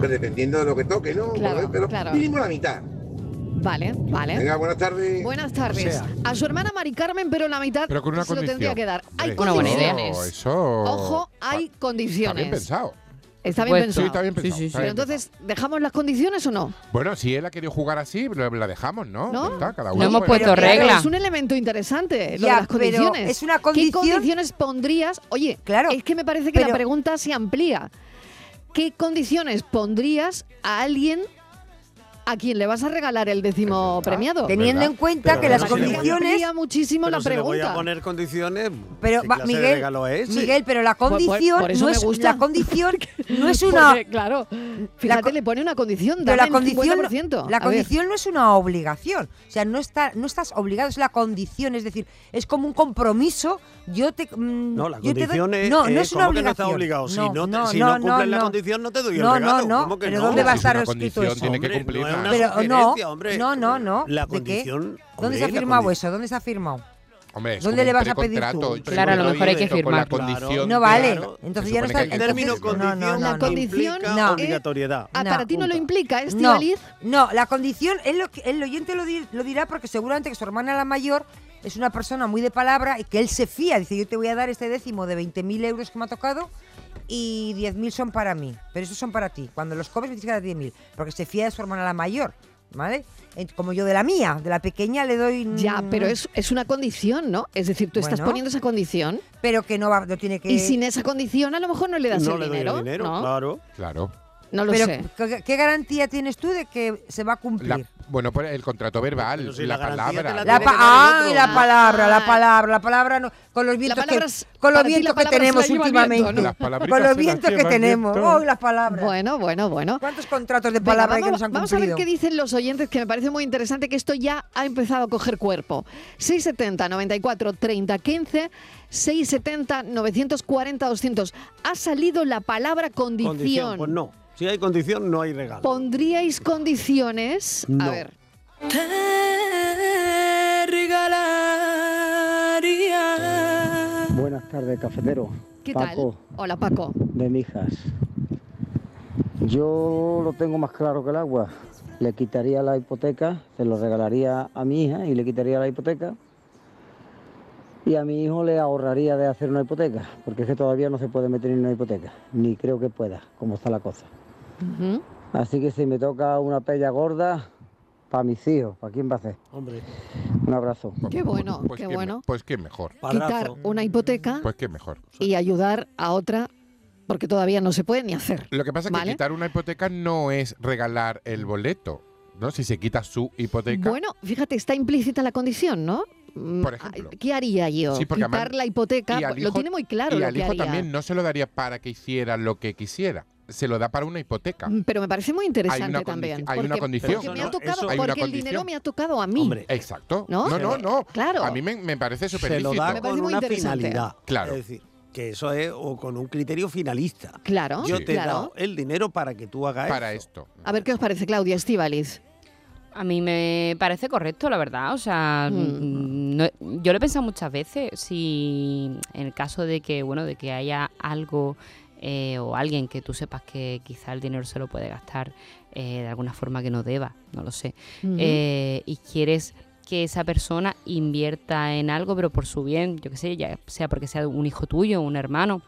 Speaker 14: Pero dependiendo de lo que toque, ¿no?
Speaker 5: Ah. Claro,
Speaker 14: pero
Speaker 5: claro.
Speaker 14: mínimo la mitad.
Speaker 5: Vale, vale.
Speaker 14: Venga, buenas tardes.
Speaker 5: Buenas tardes.
Speaker 14: O sea.
Speaker 5: a su hermana Mari Carmen, pero la mitad
Speaker 6: Pero con una
Speaker 5: se lo
Speaker 6: condición.
Speaker 5: tendría que dar. Hay
Speaker 6: Hombre,
Speaker 5: condiciones.
Speaker 6: eso, eso.
Speaker 5: Ojo, hay condiciones.
Speaker 6: Está bien pensado.
Speaker 5: Está bien
Speaker 6: Pues, sí,
Speaker 5: pensado.
Speaker 6: está bien pensado, Sí, sí, sí. está
Speaker 5: Pero
Speaker 6: bien
Speaker 5: entonces, ¿dejamos las condiciones o no?
Speaker 6: Bueno, si él ha querido jugar así, la, la dejamos,
Speaker 3: Oh,
Speaker 6: ¿no?
Speaker 5: ¿No?
Speaker 6: Ya está, cada
Speaker 5: No
Speaker 6: uno
Speaker 5: hemos
Speaker 6: puede-
Speaker 5: puesto Pero claro, Es un elemento interesante, lo
Speaker 8: Ya,
Speaker 5: de las
Speaker 8: pero
Speaker 5: condiciones.
Speaker 8: es una condición-
Speaker 5: ¿Qué condiciones pondrías? Oye, claro, es que me parece que la pregunta se amplía. ¿Qué condiciones pondrías a alguien a quien le vas a regalar el décimo premiado?
Speaker 8: Teniendo ¿Verdad? en cuenta Pero que las además se le voy a- condiciones-
Speaker 5: Amplía muchísimo
Speaker 3: Pero
Speaker 5: la
Speaker 3: si le voy a
Speaker 5: pregunta.
Speaker 3: poner condiciones.
Speaker 8: Pero
Speaker 3: ¿qué
Speaker 8: va,
Speaker 3: clase de
Speaker 8: Miguel,
Speaker 3: regalo es ese?
Speaker 8: Miguel, pero la
Speaker 5: Pues, pues,
Speaker 8: condición
Speaker 5: por eso
Speaker 8: no
Speaker 5: me
Speaker 8: es
Speaker 5: gusta.
Speaker 8: la condición no es una
Speaker 5: Porque, claro, fíjate, le pone una condición,
Speaker 8: pero
Speaker 5: Mm, dame
Speaker 8: la
Speaker 5: el
Speaker 8: condición,
Speaker 5: 50%.
Speaker 8: la
Speaker 5: A ver.
Speaker 8: condición no es una obligación, o sea, no está no estás obligado, es la condición, es decir, es como un compromiso. Yo te mm,
Speaker 3: No, la
Speaker 8: yo te doy-
Speaker 3: condición es-
Speaker 8: no, no
Speaker 3: es
Speaker 8: es una
Speaker 3: como que
Speaker 8: obligación.
Speaker 3: no estás obligado. Si no te- si no cumples la condición, no te doy el
Speaker 8: no,
Speaker 3: regalo.
Speaker 8: No, no,
Speaker 3: ¿Cómo que
Speaker 8: pero
Speaker 3: no?
Speaker 8: ¿dónde va a
Speaker 3: Si es
Speaker 8: estar
Speaker 3: una
Speaker 8: escrito
Speaker 3: condición,
Speaker 8: eso?
Speaker 3: tiene que Hombre, cumplirla. no es una
Speaker 8: Pero no,
Speaker 3: sugerencia, hombre.
Speaker 8: no, no, no.
Speaker 3: La
Speaker 8: ¿De qué?
Speaker 3: condición,
Speaker 8: ¿Dónde
Speaker 3: hombre,
Speaker 8: se ha
Speaker 3: la
Speaker 8: firmado
Speaker 3: condi-
Speaker 8: eso? ¿Dónde se ha firmado?
Speaker 6: Hombre, es
Speaker 8: ¿Dónde
Speaker 6: como
Speaker 8: le
Speaker 6: un
Speaker 8: vas a pedir
Speaker 6: precontrato,
Speaker 8: tú?
Speaker 6: yo Claro, a lo creo mejor que hay que con la firmar. condición
Speaker 8: No
Speaker 6: de-
Speaker 8: vale.
Speaker 6: Claro.
Speaker 8: Entonces
Speaker 6: Se
Speaker 8: ya no
Speaker 6: supone
Speaker 8: está
Speaker 6: que hay que
Speaker 8: entonces-
Speaker 6: firmar. El
Speaker 8: no, no,
Speaker 5: la
Speaker 8: no, no.
Speaker 5: condición
Speaker 8: No.
Speaker 3: obligatoriedad.
Speaker 5: Ah, para ti no lo implica, ¿eh,
Speaker 8: No,
Speaker 5: Estivaliz?
Speaker 8: No, la condición, él lo que- el oyente lo, di- lo dirá porque seguramente que su hermana la mayor es una persona muy de palabra y que él se fía. Dice, yo te voy a dar este décimo de 20.000 euros que me ha tocado y 10.000 son para mí, pero esos son para ti. Cuando los cobres me tienes que dar 10.000, porque se fía de su hermana la mayor, ¿vale? En- Como yo de la mía, de la pequeña le doy... mm,
Speaker 5: Ya, pero es, es una condición, ¿no? Es decir, tú estás
Speaker 8: Bueno.
Speaker 5: poniendo esa condición.
Speaker 8: Pero que no, va, no tiene que...
Speaker 5: Y sin esa condición a lo mejor no le das
Speaker 8: No
Speaker 5: el
Speaker 8: le doy el
Speaker 5: dinero.
Speaker 8: dinero,
Speaker 5: ¿no?
Speaker 3: Claro.
Speaker 6: Claro.
Speaker 5: No lo
Speaker 8: Pero,
Speaker 5: sé.
Speaker 8: ¿qué- ¿Qué garantía tienes tú de que se va a cumplir?
Speaker 6: La- bueno, pues el contrato verbal, la, palabra.
Speaker 8: La pa- ay, la palabra, la palabra, la palabra no- con los vientos
Speaker 5: Ah. palabra
Speaker 8: que,
Speaker 5: es-
Speaker 8: con los
Speaker 5: para ti la
Speaker 8: vientos que
Speaker 5: palabra
Speaker 8: tenemos
Speaker 5: se la lleva el
Speaker 8: últimamente.
Speaker 5: viento, ¿no? Las palabritas
Speaker 8: con los
Speaker 5: se las
Speaker 8: vientos que
Speaker 5: lleva el
Speaker 8: tenemos.
Speaker 5: viento.
Speaker 8: Oh, las palabras.
Speaker 5: Bueno, bueno, bueno.
Speaker 8: ¿Cuántos contratos de
Speaker 5: Venga,
Speaker 8: palabra
Speaker 5: vamos,
Speaker 8: que nos han
Speaker 5: vamos
Speaker 8: cumplido?
Speaker 5: a ver qué dicen los oyentes, que me parece muy interesante que esto ya ha empezado a coger cuerpo. 670 94 30 15, 670 940 200. Ha salido la palabra condición.
Speaker 3: Condición, Pues no. Si hay condición, no hay regalo.
Speaker 5: ¿Pondríais condiciones? A
Speaker 3: No.
Speaker 5: ver.
Speaker 2: Te regalaría.
Speaker 15: Buenas tardes, cafetero.
Speaker 5: ¿Qué
Speaker 15: Paco,
Speaker 5: tal? Hola, Paco.
Speaker 15: de Mijas. Yo lo tengo más claro que el agua. Le quitaría la hipoteca, se lo regalaría a mi hija y le quitaría la hipoteca. Y a mi hijo le ahorraría de hacer una hipoteca, porque es que todavía no se puede meter en una hipoteca, ni creo que pueda, como está la cosa.
Speaker 5: Ujú.
Speaker 15: Así que si me toca una pella gorda, para mis hijos, ¿para quién va a ser?
Speaker 3: Hombre.
Speaker 15: Un abrazo.
Speaker 5: Qué bueno, Oh, qué bueno.
Speaker 6: Pues qué mejor.
Speaker 5: Quitar una hipoteca
Speaker 6: Pues qué mejor.
Speaker 5: y ayudar a otra, porque todavía no se puede ni hacer.
Speaker 6: Lo que pasa es que
Speaker 5: ¿Vale?
Speaker 6: quitar una hipoteca no es regalar el boleto, ¿no? Si se quita su hipoteca.
Speaker 5: Bueno, fíjate, está implícita la condición, ¿no? mm,
Speaker 6: Por ejemplo.
Speaker 5: ¿Qué haría yo?
Speaker 6: Sí, porque
Speaker 5: Quitar
Speaker 6: además-
Speaker 5: la hipoteca,
Speaker 6: y al
Speaker 5: lo
Speaker 6: hijo-
Speaker 5: tiene muy claro
Speaker 6: Y
Speaker 5: lo
Speaker 6: al
Speaker 5: que
Speaker 6: hijo
Speaker 5: haría.
Speaker 6: también no se lo daría para que hiciera lo que quisiera. Se lo da para una hipoteca.
Speaker 5: Mm, Pero me parece muy
Speaker 6: Hay
Speaker 5: interesante
Speaker 6: una
Speaker 5: también.
Speaker 6: condici- hay una
Speaker 5: porque-
Speaker 6: condición.
Speaker 5: Porque, me ha
Speaker 6: Eso no-
Speaker 5: tocado,
Speaker 6: eso- Hay una
Speaker 5: porque el dinero
Speaker 6: condición.
Speaker 5: me ha tocado a mí.
Speaker 6: Exacto.
Speaker 5: ¿No?
Speaker 6: no, no.
Speaker 5: Se-
Speaker 6: no. Ah,
Speaker 5: claro.
Speaker 6: A mí me, me parece súper
Speaker 3: Se lo da
Speaker 5: Me parece
Speaker 3: con
Speaker 5: muy
Speaker 3: una
Speaker 5: interesante.
Speaker 3: finalidad.
Speaker 6: Claro.
Speaker 3: Es decir, que eso es o con un criterio finalista.
Speaker 5: Claro,
Speaker 3: Yo
Speaker 5: Sí.
Speaker 3: te he
Speaker 5: claro.
Speaker 3: dado el dinero para que tú hagas
Speaker 6: Para esto.
Speaker 5: A ver qué os parece, Claudia Estíbaliz.
Speaker 7: A mí me parece correcto, la verdad. O sea, mm, no- yo lo he pensado muchas veces. Si en el caso de que, bueno, de que haya algo eh, o alguien que tú sepas que quizá el dinero se lo puede gastar eh, de alguna forma que no deba, no lo sé.
Speaker 16: Ujú.
Speaker 7: eh, y quieres que esa persona invierta en algo, pero por su bien, yo qué sé, ya sea porque sea un hijo tuyo, un hermano,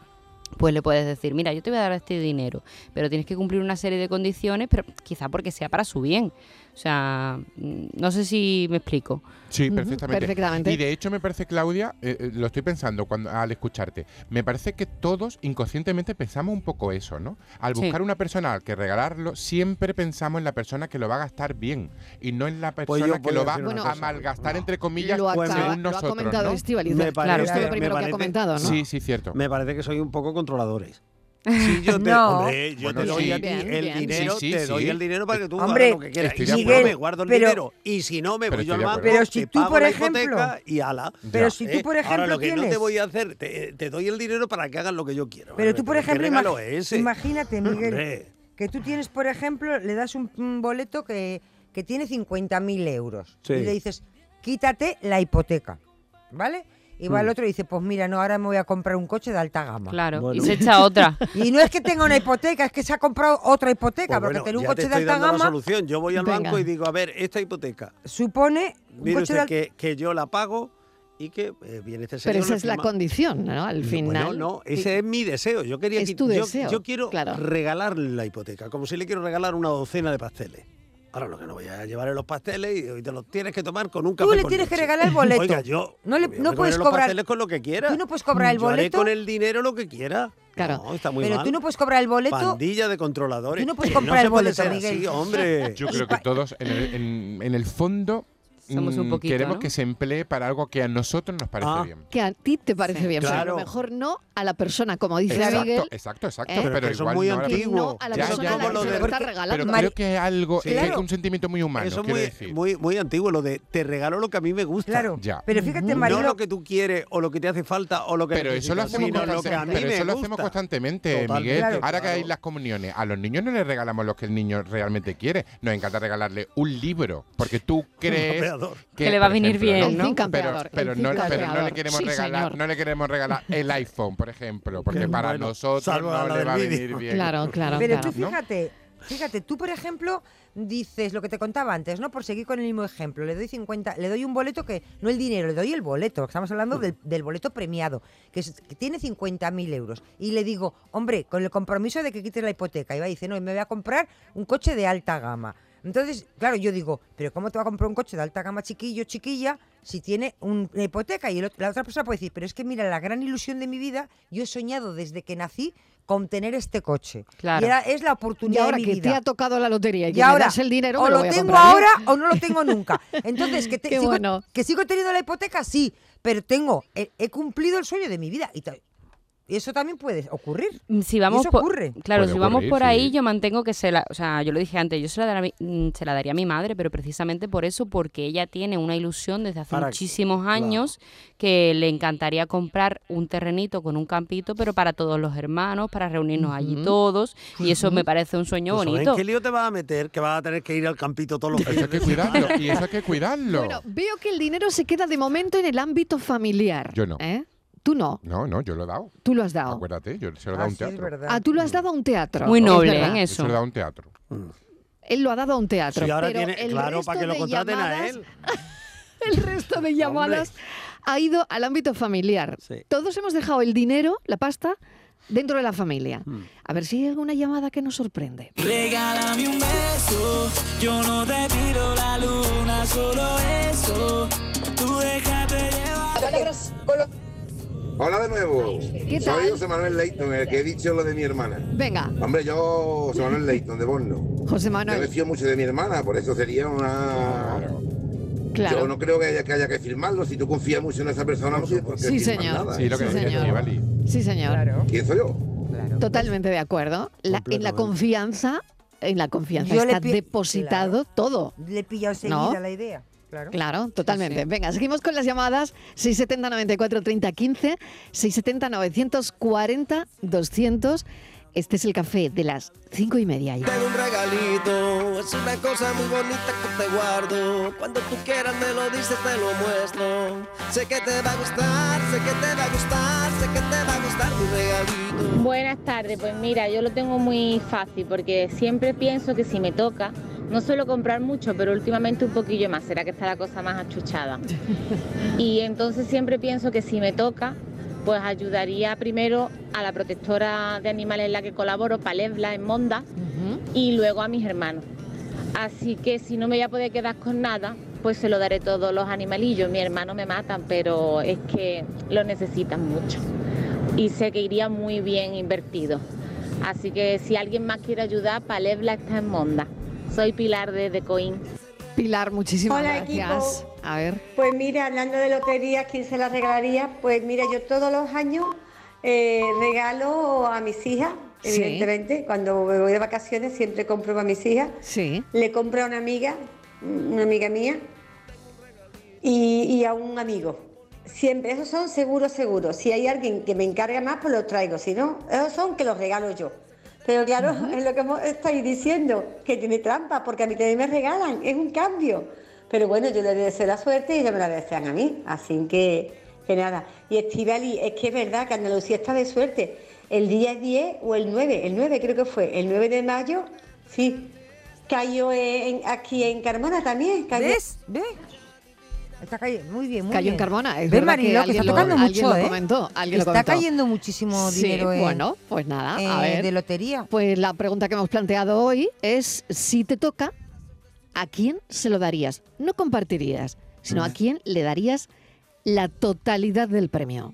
Speaker 7: pues le puedes decir, mira, yo te voy a dar este dinero, pero tienes que cumplir una serie de condiciones, pero quizá porque sea para su bien. O sea, mm, no sé si me explico.
Speaker 6: Sí, perfectamente. Y de hecho me parece, Claudia, eh, eh, lo estoy pensando cuando al escucharte, me parece que todos inconscientemente pensamos un poco eso, ¿no? Al
Speaker 17: Sí.
Speaker 6: buscar una persona al que regalarlo, siempre pensamos en la persona que lo va a gastar bien y no en la
Speaker 3: Pues
Speaker 6: persona
Speaker 3: yo
Speaker 6: que
Speaker 3: voy
Speaker 6: lo
Speaker 3: a
Speaker 6: va
Speaker 3: decir una
Speaker 6: a
Speaker 3: cosa.
Speaker 6: malgastar, entre comillas,
Speaker 5: Lo,
Speaker 6: según
Speaker 5: acaba- lo ha
Speaker 6: nosotros,
Speaker 5: comentado
Speaker 6: ¿no?
Speaker 5: Estíbaliz.
Speaker 3: Me
Speaker 5: claro,
Speaker 3: parece-
Speaker 5: esto es lo
Speaker 3: me
Speaker 5: primero que ha
Speaker 3: parece-
Speaker 5: comentado, ¿no?
Speaker 6: Sí, sí, cierto.
Speaker 3: Me parece que soy un poco controladores. Si yo te,
Speaker 8: No.
Speaker 3: hombre, yo
Speaker 6: Bueno,
Speaker 3: te doy
Speaker 6: sí.
Speaker 3: a ti
Speaker 6: Bien,
Speaker 3: el
Speaker 6: bien.
Speaker 3: dinero,
Speaker 6: Sí, sí,
Speaker 3: te
Speaker 6: sí.
Speaker 3: doy el dinero para que tú
Speaker 8: Hombre,
Speaker 3: hagas lo que quieras.
Speaker 8: estoy
Speaker 3: Y
Speaker 8: de
Speaker 3: si
Speaker 8: acuerdo.
Speaker 3: no, me guardo el
Speaker 8: Pero-
Speaker 3: dinero. Y si no, me
Speaker 8: Pero
Speaker 3: voy
Speaker 8: estoy
Speaker 3: yo al
Speaker 8: de
Speaker 3: banco,
Speaker 8: acuerdo. Pero si
Speaker 3: te
Speaker 8: tú,
Speaker 3: pago
Speaker 8: por
Speaker 3: la
Speaker 8: ejemplo-
Speaker 3: hipoteca y ala.
Speaker 8: Pero Ya. si tú,
Speaker 3: ¿eh?
Speaker 8: por
Speaker 3: Ahora,
Speaker 8: ejemplo,
Speaker 3: lo que no te
Speaker 8: tienes-
Speaker 3: voy a hacer, te, te doy el dinero para que hagas lo que yo quiero.
Speaker 8: Pero tú, por
Speaker 3: ¿qué
Speaker 8: ejemplo,
Speaker 3: regalo
Speaker 8: imagi-
Speaker 3: es ese?
Speaker 8: imagínate, Miguel,
Speaker 3: Hombre.
Speaker 8: que tú tienes, por ejemplo, le das un, un boleto que, que tiene 50.000 euros
Speaker 3: Sí.
Speaker 8: y le dices, quítate la hipoteca, ¿vale? Y va
Speaker 7: Mm.
Speaker 8: el otro y dice, pues mira, no, ahora me voy a comprar un coche de alta gama.
Speaker 7: Claro, Bueno. y se echa otra.
Speaker 8: y no es que tenga una hipoteca, es que se ha comprado otra hipoteca,
Speaker 3: Pues
Speaker 8: porque
Speaker 3: bueno,
Speaker 8: tener un
Speaker 3: ya
Speaker 8: coche
Speaker 3: te
Speaker 8: de
Speaker 3: estoy
Speaker 8: alta
Speaker 3: dando la
Speaker 8: gama
Speaker 3: solución. Yo voy al banco
Speaker 8: Venga.
Speaker 3: y digo, a ver, esta hipoteca.
Speaker 8: supone un
Speaker 3: Mire
Speaker 8: coche de
Speaker 3: usted
Speaker 8: alta
Speaker 3: que, que yo la pago y que eh, viene este señor.
Speaker 5: Pero esa
Speaker 3: me
Speaker 5: es la
Speaker 3: firma-
Speaker 5: condición, ¿no? Al final.
Speaker 3: Bueno, no, ese es mi deseo. Yo quería
Speaker 5: Es
Speaker 3: que-
Speaker 5: tu
Speaker 3: yo,
Speaker 5: deseo,
Speaker 3: yo quiero
Speaker 5: claro.
Speaker 3: regalarle la hipoteca, como si le quiero regalar una docena de pasteles. Ahora lo que no voy a llevar es los pasteles y hoy te los tienes que tomar con un café
Speaker 8: Tú le
Speaker 3: con
Speaker 8: tienes que
Speaker 3: leche.
Speaker 8: regalar el boleto.
Speaker 3: Oiga, yo
Speaker 8: No le-
Speaker 3: me
Speaker 8: no
Speaker 3: comeré
Speaker 8: puedes
Speaker 3: los
Speaker 8: cobrar-
Speaker 3: pasteles con lo que quiera.
Speaker 8: tú no puedes cobrar el
Speaker 3: Yo haré
Speaker 8: boleto.
Speaker 3: con el dinero lo que quiera. Claro. No, está muy
Speaker 8: Pero
Speaker 3: mal.
Speaker 8: tú no puedes cobrar el boleto.
Speaker 3: Pandilla de controladores.
Speaker 8: Tú no puedes
Speaker 3: Que
Speaker 8: comprar
Speaker 3: se
Speaker 8: el
Speaker 3: puede
Speaker 8: boleto,
Speaker 3: ser
Speaker 8: Miguel.
Speaker 3: así, hombre.
Speaker 6: Yo creo que todos en el, en- en el fondo
Speaker 5: Somos un
Speaker 6: mm,
Speaker 5: poquito,
Speaker 6: queremos
Speaker 5: ¿no?
Speaker 6: que se emplee para algo que a nosotros nos parece
Speaker 3: Ah.
Speaker 6: bien.
Speaker 5: Que a ti te parece bien, pero a
Speaker 6: Claro.
Speaker 5: lo mejor no a la persona, como dice
Speaker 6: Exacto,
Speaker 5: Miguel.
Speaker 6: exacto, exacto.
Speaker 5: ¿eh?
Speaker 6: Pero,
Speaker 3: Pero que eso es
Speaker 6: igual
Speaker 3: muy
Speaker 6: no ahora
Speaker 3: antiguo.
Speaker 6: mismo.
Speaker 5: No, a la persona a la que se lo está regalando.
Speaker 6: Pero
Speaker 5: Mari-
Speaker 6: creo que es algo,
Speaker 5: Sí.
Speaker 6: que es
Speaker 5: Claro.
Speaker 6: un sentimiento muy humano.
Speaker 3: Eso es
Speaker 6: quiero
Speaker 3: muy,
Speaker 6: decir.
Speaker 3: muy, muy antiguo, lo de te regalo lo que a mí me gusta. Claro,
Speaker 6: Ya.
Speaker 8: pero fíjate,
Speaker 3: No
Speaker 8: Marilo-
Speaker 3: lo que tú quieres o lo que te hace falta o lo que
Speaker 6: Pero eso lo
Speaker 3: necesitas,
Speaker 6: hacemos,
Speaker 3: sino lo que a mí
Speaker 6: constantemente, pero
Speaker 3: me
Speaker 6: eso lo
Speaker 3: gusta.
Speaker 6: hacemos constantemente,
Speaker 3: Totalmente,
Speaker 6: Miguel.
Speaker 3: claro.
Speaker 6: Ahora que hay las comuniones, a los niños no les regalamos lo que el niño realmente quiere. Nos encanta regalarle un libro, porque tú crees
Speaker 3: campeador.
Speaker 7: Que le va a
Speaker 6: por
Speaker 7: venir bien,
Speaker 6: el
Speaker 7: ¿no?
Speaker 6: fin
Speaker 7: Pero-
Speaker 6: campeador,
Speaker 7: pero
Speaker 6: el fin
Speaker 7: no- pero no le
Speaker 6: campeador.
Speaker 7: queremos
Speaker 6: Sí,
Speaker 7: regalar-
Speaker 6: señor. no le queremos regalar el iPhone, por ejemplo, porque
Speaker 3: Bueno,
Speaker 6: para nosotros
Speaker 3: salvo a
Speaker 6: no
Speaker 3: la
Speaker 6: le
Speaker 3: del
Speaker 6: va a
Speaker 3: vídeo.
Speaker 6: venir bien.
Speaker 8: Pero tú
Speaker 6: ¿No?
Speaker 8: fíjate, fíjate, tú por ejemplo dices lo que te contaba antes, ¿no? Por seguir con el mismo ejemplo, le doy 50, le doy un boleto que no el dinero, le doy el boleto, estamos hablando del, del boleto premiado, que, es- que tiene 50.000 euros y le digo, "Hombre, con el compromiso de que quites la hipoteca." Y va y dice, "No, me voy a comprar un coche de alta gama." Entonces, claro, yo digo, pero ¿cómo te va a comprar un coche de alta gama chiquillo, chiquilla, si tiene un- una hipoteca? Y el ot- la otra persona puede decir, pero es que mira, la gran ilusión de mi vida, yo he soñado desde que nací con tener este coche.
Speaker 5: Claro.
Speaker 8: Y era- es la
Speaker 5: Y
Speaker 8: oportunidad
Speaker 5: ahora
Speaker 8: de mi
Speaker 5: que
Speaker 8: vida.
Speaker 5: te ha tocado la lotería y,
Speaker 8: y
Speaker 5: que me
Speaker 8: ahora,
Speaker 5: das el dinero,
Speaker 8: o
Speaker 5: me
Speaker 8: lo,
Speaker 5: voy a
Speaker 8: tengo
Speaker 5: comprar yo.
Speaker 8: ahora o no lo tengo nunca. Entonces, que, te-
Speaker 5: Qué
Speaker 8: sigo,
Speaker 5: bueno.
Speaker 8: que sigo teniendo la hipoteca, sí, pero tengo, he, he cumplido el sueño de mi vida. Y, ta- y eso también puede ocurrir.
Speaker 5: Mm,
Speaker 7: si vamos
Speaker 8: y eso
Speaker 7: por,
Speaker 8: ocurre.
Speaker 7: Claro,
Speaker 8: Puede
Speaker 7: si vamos
Speaker 8: ocurrir,
Speaker 7: por ahí,
Speaker 8: sí.
Speaker 7: yo mantengo que se la. O sea, yo lo dije antes, yo se la, daría a mi- mm, se la daría a mi madre, pero precisamente por eso, porque ella tiene una ilusión desde hace
Speaker 16: Para-
Speaker 7: muchísimos años que le encantaría comprar un terrenito con un campito, pero para todos los hermanos, para reunirnos allí
Speaker 3: Ujú.
Speaker 7: todos, y eso me parece un sueño
Speaker 3: Pues, ¿sabes
Speaker 7: bonito.
Speaker 3: ¿En qué lío te vas a meter que vas a tener que ir al campito todos los fines de semana?
Speaker 6: Cuidarlo, y eso hay que cuidarlo.
Speaker 5: Bueno, veo que el dinero se queda de momento en el ámbito familiar.
Speaker 6: Yo no.
Speaker 5: ¿eh? Tú no,
Speaker 6: No, no, yo lo he dado.
Speaker 5: tú lo has dado.
Speaker 6: Acuérdate, yo se lo he dado a un teatro.
Speaker 5: Ah, tú lo has dado a un teatro.
Speaker 7: Muy
Speaker 5: Es
Speaker 7: noble,
Speaker 5: verdad.
Speaker 7: ¿eh?
Speaker 6: Yo se lo he dado a un teatro.
Speaker 3: Mm.
Speaker 5: Él lo ha dado a un teatro.
Speaker 6: Sí, ahora
Speaker 5: pero
Speaker 6: tiene-
Speaker 5: el
Speaker 6: claro,
Speaker 5: resto
Speaker 6: para que lo
Speaker 5: de
Speaker 6: contraten a
Speaker 5: llamadas- el resto de llamadas ha ido al ámbito familiar. Todos hemos dejado el dinero, la pasta, dentro de la familia.
Speaker 6: Hmm.
Speaker 5: A ver si hay alguna llamada que nos sorprende.
Speaker 13: Regálame un beso, yo no te pido la luna, solo eso. Tú déjate llevar.
Speaker 14: Hola de nuevo.
Speaker 5: ¿Qué
Speaker 14: Soy
Speaker 5: tal?
Speaker 14: José Manuel Leighton, el que he dicho lo de mi hermana.
Speaker 5: Venga,
Speaker 14: Hombre, yo, José Manuel Leighton, de Borno.
Speaker 5: José
Speaker 14: Yo me
Speaker 5: Manuel.
Speaker 14: fío mucho de mi hermana, por eso sería una.
Speaker 5: Claro.
Speaker 14: Yo no creo que haya, que haya que firmarlo. Si tú confías mucho en esa persona, no tienes por qué
Speaker 5: Sí,
Speaker 14: firmar
Speaker 5: señor.
Speaker 14: nada.
Speaker 6: Sí, lo que
Speaker 5: Sí,
Speaker 6: decía
Speaker 5: señor.
Speaker 6: Estivali.
Speaker 5: Sí, señor.
Speaker 14: ¿Quién soy yo?
Speaker 5: Totalmente de acuerdo. La- en la
Speaker 8: Completamente.
Speaker 5: confianza, en la confianza
Speaker 8: Yo le
Speaker 5: está
Speaker 8: pi-
Speaker 5: depositado todo.
Speaker 8: Le he pillado seguida
Speaker 5: ¿No?
Speaker 8: la idea. Claro.
Speaker 5: Claro, totalmente. Venga, seguimos con las llamadas 670 94 30 15, 670 940 200. Este es el café de las cinco y media. ya.
Speaker 17: un regalito, es una cosa muy bonita que te guardo. Cuando tú quieras me lo dices, te lo muestro. Sé que te va a gustar, sé que te va a gustar, sé que te va a gustar mi regalito.
Speaker 18: Buenas tardes, pues mira, yo lo tengo muy fácil porque siempre pienso que si me toca, no suelo comprar mucho, pero últimamente un poquillo más, será que está la cosa más achuchada. Y entonces siempre pienso que si me toca, pues ayudaría primero a la protectora de animales en la que colaboro, Palebla, en Monda, y luego a mis hermanos. Así que si no me voy a poder quedar con nada, pues se lo daré todos los animalillos. Mi hermano me matan, pero es que lo necesitan mucho. Y sé que iría muy bien invertido. Así que si alguien más quiere ayudar, Palebla está en Monda. Soy Pilar desde Coín.
Speaker 5: Pilar, muchísimas
Speaker 18: Hola,
Speaker 5: gracias.
Speaker 18: equipo.
Speaker 5: A ver.
Speaker 19: Pues mira, hablando de loterías, ¿quién se las regalaría? Pues mira, yo todos los años eh, regalo a mis hijas,
Speaker 5: Sí.
Speaker 19: evidentemente. Cuando me voy de vacaciones siempre compro para mis hijas.
Speaker 5: Sí.
Speaker 19: Le compro a una amiga, una amiga mía, y, y a un amigo. Siempre, esos son seguros, seguros. Si hay alguien que me encarga más, pues los traigo. Si no, esos son que los regalo yo. Pero claro, es lo que hemos- estáis diciendo, que tiene trampa, porque a mí también me regalan, es un cambio. Pero bueno, yo le deseo la suerte y ellos me la desean a mí, así que, que nada. Y Estivali, es que es verdad que Andalucía está de suerte. El día 10 o el 9, el 9 creo que fue, el 9 de mayo, sí, cayó en- aquí en Carmona también. Cayó.
Speaker 8: ¿Ves? ¿Ves? Está cayendo muy bien, muy
Speaker 5: Cayó
Speaker 8: bien.
Speaker 5: en Carmona, es
Speaker 8: Ve,
Speaker 5: verdad
Speaker 8: Mariló,
Speaker 5: que
Speaker 8: que, está
Speaker 5: alguien lo-
Speaker 8: tocando
Speaker 5: alguien
Speaker 8: mucho,
Speaker 5: lo
Speaker 8: ¿eh?
Speaker 5: comentó, alguien lo
Speaker 8: está
Speaker 5: comentó.
Speaker 8: cayendo muchísimo
Speaker 5: Sí,
Speaker 8: dinero ¿eh? en-
Speaker 5: bueno, pues nada, a
Speaker 8: eh,
Speaker 5: ver.
Speaker 8: de
Speaker 5: lotería. Pues la pregunta que hemos planteado hoy es si te toca, ¿a quién se lo darías? No compartirías, sino a quién le darías la totalidad del premio.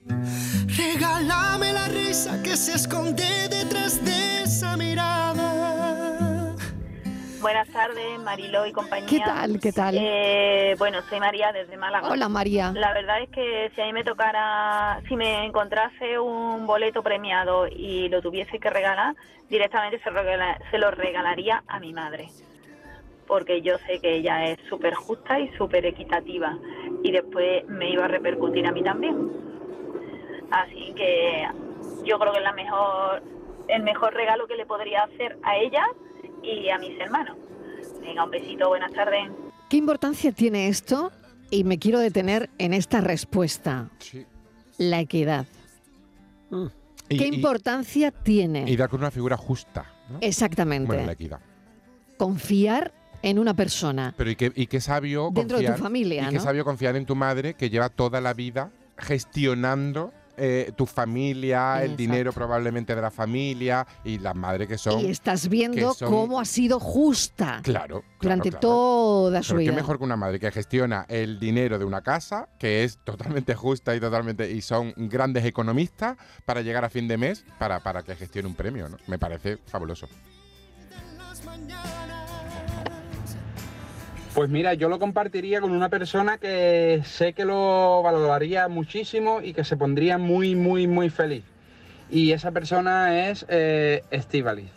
Speaker 17: Regálame la risa que se esconde detrás de esa mirada.
Speaker 20: Buenas tardes, Mariló y compañía.
Speaker 5: ¿Qué tal? ¿Qué tal?
Speaker 20: Eh, bueno, soy María desde Málaga.
Speaker 5: Hola, María.
Speaker 20: La verdad es que si a mí me tocara, si me encontrase un boleto premiado y lo tuviese que regalar, directamente se, regala- se lo regalaría a mi madre. Porque yo sé que ella es súper justa y súper equitativa. Y después me iba a repercutir a mí también. Así que yo creo que es la mejor, el mejor regalo que le podría hacer a ella y a mis hermanos. Venga, un besito, buenas tardes.
Speaker 5: ¿Qué importancia tiene esto? Y me quiero detener en esta respuesta. La equidad.
Speaker 6: Mm. Y-
Speaker 5: ¿Qué
Speaker 6: y-
Speaker 5: importancia tiene?
Speaker 6: Y dar con una figura justa. ¿no?
Speaker 5: Exactamente.
Speaker 6: Bueno, la equidad.
Speaker 5: Confiar en una persona.
Speaker 6: Pero y qué, y qué sabio
Speaker 5: Dentro de tu
Speaker 6: confiar.
Speaker 5: familia,
Speaker 6: Y qué
Speaker 5: ¿no?
Speaker 6: sabio confiar en tu madre que lleva toda la vida gestionando eh, tu familia, el
Speaker 5: Exacto.
Speaker 6: dinero probablemente de la familia y las madres que son.
Speaker 5: Y estás viendo
Speaker 6: que son-
Speaker 5: cómo ha sido justa
Speaker 6: Claro.
Speaker 5: durante
Speaker 6: claro.
Speaker 5: toda su
Speaker 6: Pero qué
Speaker 5: vida.
Speaker 6: mejor que una madre que gestiona el dinero de una casa, que es totalmente justa y totalmente y son grandes economistas para llegar a fin de mes para, para que gestione un premio, ¿no? Me parece fabuloso.
Speaker 21: Pues mira, yo lo compartiría con una persona que sé que lo valoraría muchísimo y que se pondría muy, muy, muy feliz. Y esa persona es eh, Estíbaliz.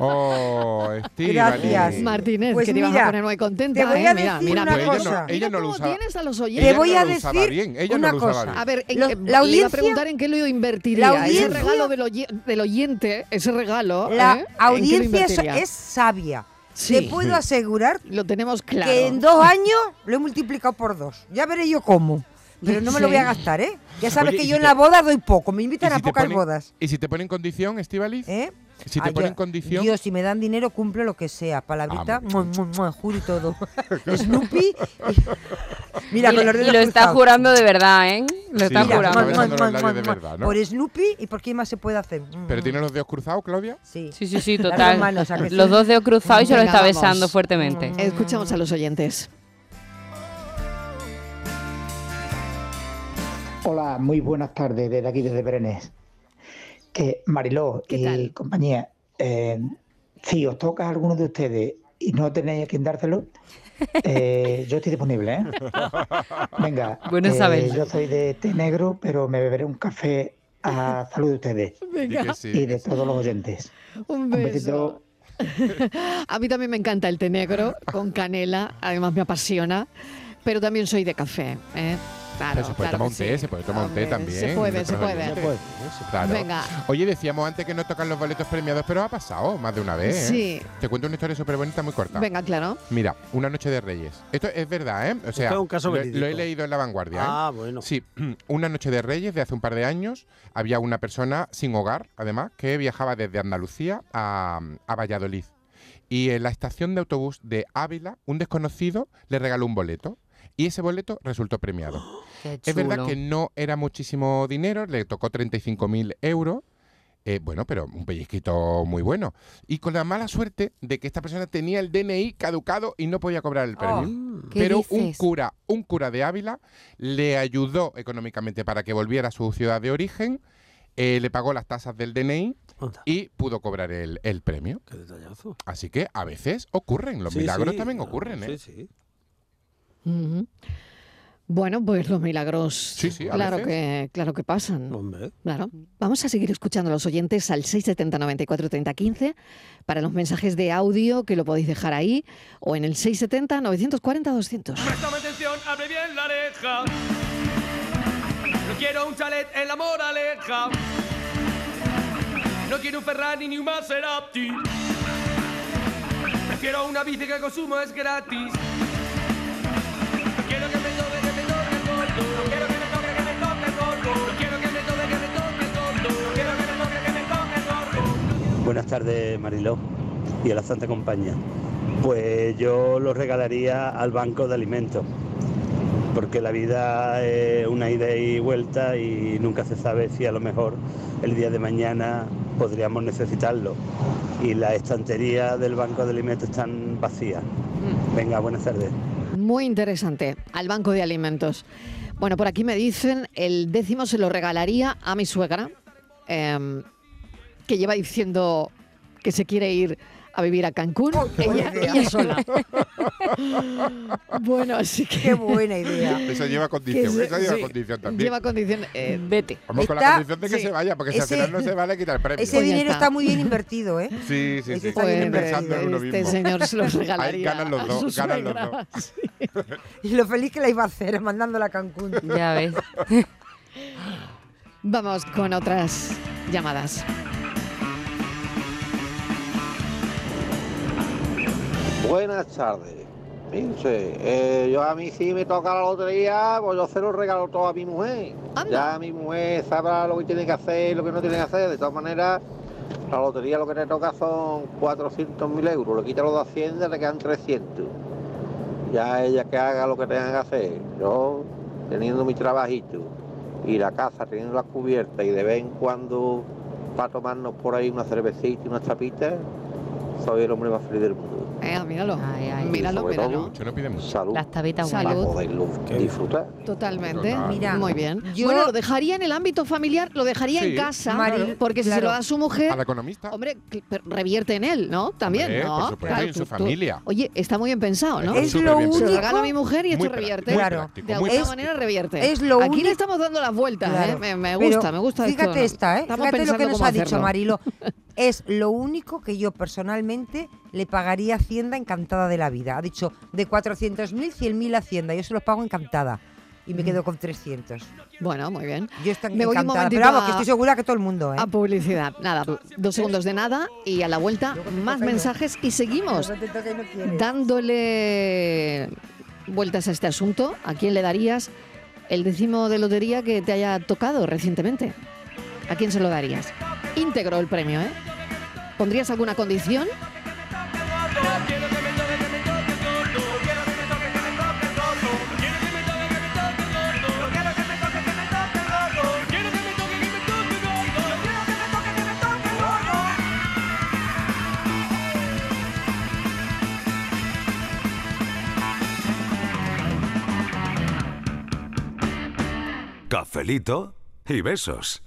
Speaker 6: Oh, Estíbaliz.
Speaker 5: Gracias. Martínez,
Speaker 8: Pues
Speaker 5: que te ibas
Speaker 8: mira,
Speaker 5: a poner muy contenta.
Speaker 8: te voy
Speaker 5: ¿eh?
Speaker 8: a
Speaker 5: mira,
Speaker 8: decir
Speaker 5: mira,
Speaker 8: una
Speaker 5: mira.
Speaker 8: cosa.
Speaker 6: No, ella no lo usaba.
Speaker 5: Tienes a los
Speaker 6: Ella
Speaker 5: oyentes.
Speaker 6: no lo usaba bien, ella no lo usaba bien.
Speaker 5: A ver, en-
Speaker 8: Lo-
Speaker 5: en-
Speaker 8: la
Speaker 5: le iba a
Speaker 8: audiencia-
Speaker 5: preguntar en qué lo invertiría.
Speaker 8: La
Speaker 5: ese
Speaker 8: audiencia-
Speaker 5: regalo del, oye- del oyente, ese regalo.
Speaker 8: La
Speaker 5: ¿eh? ¿En qué lo
Speaker 8: audiencia es,
Speaker 5: invertiría?
Speaker 8: es sabia.
Speaker 5: Sí.
Speaker 8: Te puedo
Speaker 5: Sí.
Speaker 8: asegurar
Speaker 5: lo tenemos claro.
Speaker 8: que en dos años lo he multiplicado por dos. Ya veré yo cómo. Pero no me lo voy a
Speaker 6: Sí.
Speaker 8: gastar, ¿eh? Ya sabes
Speaker 6: Oye,
Speaker 8: que
Speaker 6: y
Speaker 8: yo
Speaker 6: si
Speaker 8: en
Speaker 6: te-
Speaker 8: la boda doy poco. Me invitan
Speaker 6: ¿Y
Speaker 8: a
Speaker 6: si te
Speaker 8: pocas
Speaker 6: ponen-
Speaker 8: bodas.
Speaker 6: ¿Y si te ponen condición, Estivaliz?
Speaker 8: ¿Eh?
Speaker 6: Si te
Speaker 8: Ay,
Speaker 6: ponen
Speaker 8: yo-
Speaker 6: condición.
Speaker 8: Yo, si me dan dinero, cumplo lo que sea. Palabrita, mua, mua, mua, juro y todo. Snoopy. Mira,
Speaker 7: Y
Speaker 8: con
Speaker 7: lo-
Speaker 8: los dedos
Speaker 7: y lo está
Speaker 8: cruzados.
Speaker 7: jurando de verdad, ¿eh? Lo
Speaker 6: Sí,
Speaker 7: está
Speaker 6: lo está
Speaker 7: jurando.
Speaker 6: besando los labios de verdad, ¿no?
Speaker 8: Por Snoopy y por qué más se puede hacer. Mm.
Speaker 6: ¿Pero tiene los dedos cruzados, Claudia?
Speaker 8: Sí.
Speaker 7: Sí, sí, sí,
Speaker 8: Las dos
Speaker 7: total.
Speaker 8: manos, ¿a que sí?
Speaker 7: Los dos dedos cruzados y se lo
Speaker 5: Venga,
Speaker 7: está
Speaker 5: vamos.
Speaker 7: besando fuertemente.
Speaker 5: Escuchamos a los oyentes.
Speaker 22: Hola, muy buenas tardes desde aquí, desde Berenes. Que Mariló y compañía, eh, si os toca a alguno de ustedes y no tenéis a quien dárselo, Eh, yo estoy disponible, ¿eh? Venga.
Speaker 7: Bueno saberlo.
Speaker 22: Yo soy de té negro, pero me beberé un café a salud de ustedes.
Speaker 5: Venga. Di que sí,
Speaker 22: Y de todos los oyentes.
Speaker 5: Un beso. a mí también me encanta el té negro con canela, además me apasiona, pero también soy de café. ¿eh? Claro,
Speaker 6: Pero Pues se puede
Speaker 5: claro
Speaker 6: tomar
Speaker 5: que
Speaker 6: un té,
Speaker 5: sí.
Speaker 6: se puede tomar un té
Speaker 5: Hombre,
Speaker 6: también.
Speaker 5: Se puede, se
Speaker 6: nuestros
Speaker 5: puede.
Speaker 6: oyentes. Claro.
Speaker 5: Venga.
Speaker 6: Oye, decíamos antes que no tocan los boletos premiados, pero ha pasado más de una vez. ¿eh?
Speaker 5: Sí.
Speaker 6: Te cuento una historia súper bonita, muy corta.
Speaker 5: Venga, claro.
Speaker 6: Mira, una noche de reyes. Esto es verdad, ¿eh? O sea,
Speaker 3: es un caso
Speaker 6: lo,
Speaker 3: verídico.
Speaker 6: lo he leído en La Vanguardia. ¿eh?
Speaker 3: Ah, bueno.
Speaker 6: Sí, una noche de reyes de hace un par de años había una persona sin hogar, además, que viajaba desde Andalucía a, a Valladolid. Y en la estación de autobús de Ávila, un desconocido le regaló un boleto. Y ese boleto resultó premiado.
Speaker 1: Qué
Speaker 6: Es verdad
Speaker 1: chulo.
Speaker 6: que no era muchísimo dinero, le tocó 35.000 euros. eh, bueno, pero un pellizquito muy bueno. Y con la mala suerte de que esta persona tenía el DNI caducado y no podía cobrar el
Speaker 1: Oh,
Speaker 6: premio.
Speaker 1: ¿qué
Speaker 6: Pero un
Speaker 1: dices?
Speaker 6: cura, un cura de Ávila, le ayudó económicamente para que volviera a su ciudad de origen, eh, le pagó las tasas del DNI y pudo cobrar el, el premio. Así que a veces ocurren, los
Speaker 3: Sí,
Speaker 6: milagros
Speaker 3: sí,
Speaker 6: también
Speaker 3: no,
Speaker 6: ocurren, ¿eh?
Speaker 3: Sí, sí.
Speaker 5: Ujú. Bueno, pues los milagros.
Speaker 6: sí, a
Speaker 5: claro
Speaker 6: veces.
Speaker 5: que, claro que pasan. Claro. Vamos a seguir escuchando a los oyentes al 670 94 30 15 para los mensajes de audio que lo podéis dejar ahí o en el 670 940 200.
Speaker 1: Préstame atención, abre bien la oreja. No quiero un chalet en la moraleja. No quiero un Ferrari ni un Maserati. Prefiero una bici que el consumo es gratis. No quiero que me toque, que me toque el gordo. No quiero que me toque, que me toque el gordo. No quiero que me toque, que me toque el gordo. No quiero que me toque, que me toque el gordo.
Speaker 23: Buenas tardes, Mariló y a la Santa Compañía. Pues yo lo regalaría al Banco de Alimentos, porque la vida es una ida y vuelta y nunca se sabe si a lo mejor el día de mañana podríamos necesitarlo. Y las estanterías del Banco de Alimentos están vacías. Venga, buenas tardes.
Speaker 5: Muy interesante. Al Banco de Alimentos. Bueno, por aquí me dicen, el décimo se lo regalaría a mi suegra, em, que lleva diciendo que se quiere ir a vivir a Cancún. ella, ella sola. bueno, así que... Qué buena idea.
Speaker 6: Eso lleva condición, eso lleva condición también. Mm.
Speaker 5: Lleva condición. eh,
Speaker 7: Vete.
Speaker 6: Vamos con la
Speaker 5: Está-
Speaker 6: condición de que
Speaker 5: sí.
Speaker 6: se vaya, porque si al
Speaker 5: Ese-
Speaker 6: final no se vale quitar el premio.
Speaker 8: Ese dinero Pues está. muy bien invertido, ¿eh?
Speaker 6: Sí, sí, sí.
Speaker 8: está bien Pues,
Speaker 6: pensando en uno
Speaker 8: este
Speaker 6: mismo.
Speaker 8: señor se lo
Speaker 6: Ahí
Speaker 8: regalaría
Speaker 6: ganan los
Speaker 8: a
Speaker 6: dos,
Speaker 8: su
Speaker 6: ganan los
Speaker 8: suegra.
Speaker 6: dos.
Speaker 8: Y lo feliz que la iba a hacer mandándola a Cancún.
Speaker 7: Ya ves.
Speaker 5: Vamos con otras llamadas.
Speaker 24: Buenas tardes. Pinche, eh, yo a mí sí me toca la lotería, pues yo se lo regalo todo a mi mujer. Ya mi mujer sabrá lo que tiene que hacer y lo que no tiene que hacer. De todas maneras, la lotería lo que le toca son 400.000 euros. Le quita los de Hacienda, le quedan 300. Ya ella que haga lo que tenga que hacer. Yo, teniendo mi trabajito y la casa, teniendo la cubierta y de vez en cuando para tomarnos por ahí una cervecita y unas chapitas, soy el hombre más feliz del mundo.
Speaker 5: Eh, míralo.
Speaker 24: Y
Speaker 5: Míralo,
Speaker 24: sobre
Speaker 5: míralo.
Speaker 24: todo, Salud.
Speaker 7: Las tabitas
Speaker 5: buenas.
Speaker 24: Para
Speaker 5: Salud.
Speaker 24: poderlo disfrutar.
Speaker 5: Totalmente.
Speaker 24: Total. Mira,
Speaker 5: Muy bien.
Speaker 24: yo-
Speaker 5: Bueno, lo dejaría en el ámbito familiar, lo dejaría
Speaker 24: Sí,
Speaker 5: en casa,
Speaker 24: Mari-
Speaker 5: porque si se
Speaker 24: claro.
Speaker 5: lo da a su mujer,
Speaker 6: A la economista.
Speaker 5: hombre, que- pero revierte en él, ¿no? También,
Speaker 6: Hombre,
Speaker 5: ¿no?
Speaker 6: por supuesto, y en su familia.
Speaker 5: Oye, está muy bien pensado, ¿no?
Speaker 6: Es súper lo bien
Speaker 5: Se lo
Speaker 6: pensado.
Speaker 5: regalo a mi mujer y
Speaker 6: Muy
Speaker 5: esto
Speaker 6: práctico,
Speaker 5: revierte.
Speaker 6: muy Claro. práctico, muy
Speaker 5: De alguna
Speaker 6: práctico.
Speaker 5: manera revierte.
Speaker 8: Es lo
Speaker 5: Aquí
Speaker 8: único-
Speaker 5: le estamos dando las vueltas, ¿eh?
Speaker 8: Claro.
Speaker 5: Me, me
Speaker 8: Pero
Speaker 5: gusta, me gusta esto,
Speaker 8: Fíjate
Speaker 5: ¿no?
Speaker 8: esta, ¿eh?
Speaker 5: Estamos
Speaker 8: fíjate lo que
Speaker 5: pensando
Speaker 8: nos
Speaker 5: cómo
Speaker 8: ha dicho
Speaker 5: hacerlo.
Speaker 8: Marilo. Es lo único que yo personalmente le pagaría a Hacienda encantada de la vida. Ha dicho, de 400.000, 100.000 a Hacienda. Yo se los pago encantada. Y me quedo con 300.
Speaker 5: Mm. Bueno, muy bien.
Speaker 8: Yo estoy
Speaker 5: Me voy un
Speaker 8: encantada.
Speaker 5: momentito
Speaker 8: Pero vamos, que
Speaker 5: a-
Speaker 8: estoy segura que todo el mundo, ¿eh?
Speaker 5: A publicidad, nada, dos segundos de nada y a la vuelta más
Speaker 8: ¿eh?
Speaker 5: mensajes y seguimos
Speaker 8: Luego te toca y no quieres.
Speaker 5: dándole vueltas a este asunto. ¿A quién le darías el décimo de lotería que te haya tocado recientemente? ¿A quién se lo darías? Íntegro el premio, ¿eh? ¿Pondrías alguna condición?
Speaker 25: Cafelito y besos.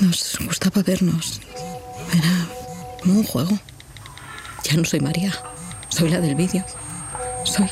Speaker 26: Nos gustaba vernos. Era como un juego. Ya no soy María, soy la del vídeo.
Speaker 27: soy.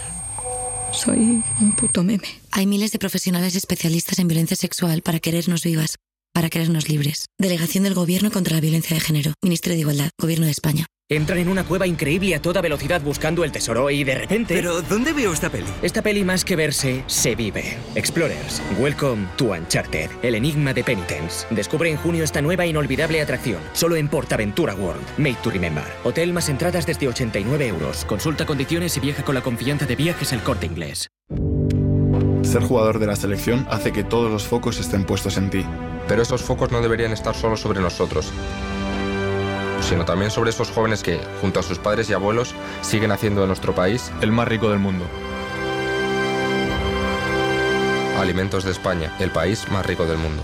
Speaker 27: Soy un puto meme.
Speaker 28: Hay miles de profesionales especialistas en violencia sexual para querernos vivas, para querernos libres. Delegación del Gobierno contra la Violencia de Género. Ministerio de Igualdad. Gobierno de España.
Speaker 29: Entran en una cueva increíble a toda velocidad buscando el tesoro y de repente... ¿Pero dónde veo esta peli? Esta peli más que verse, se vive. Explorers, Welcome to Uncharted, el enigma de Penitence. Descubre en junio esta nueva inolvidable atracción, solo en Portaventura World, Made to Remember. Hotel más entradas desde 89 euros. Consulta condiciones y viaja con la confianza de viajes el corte inglés.
Speaker 30: Ser jugador de la selección hace que todos los focos estén puestos en ti.
Speaker 31: Pero esos focos no deberían estar solo sobre nosotros, sino también sobre esos jóvenes que, junto a sus padres y abuelos, siguen haciendo de nuestro país el más rico del mundo. Alimentos de España, el país más rico del mundo.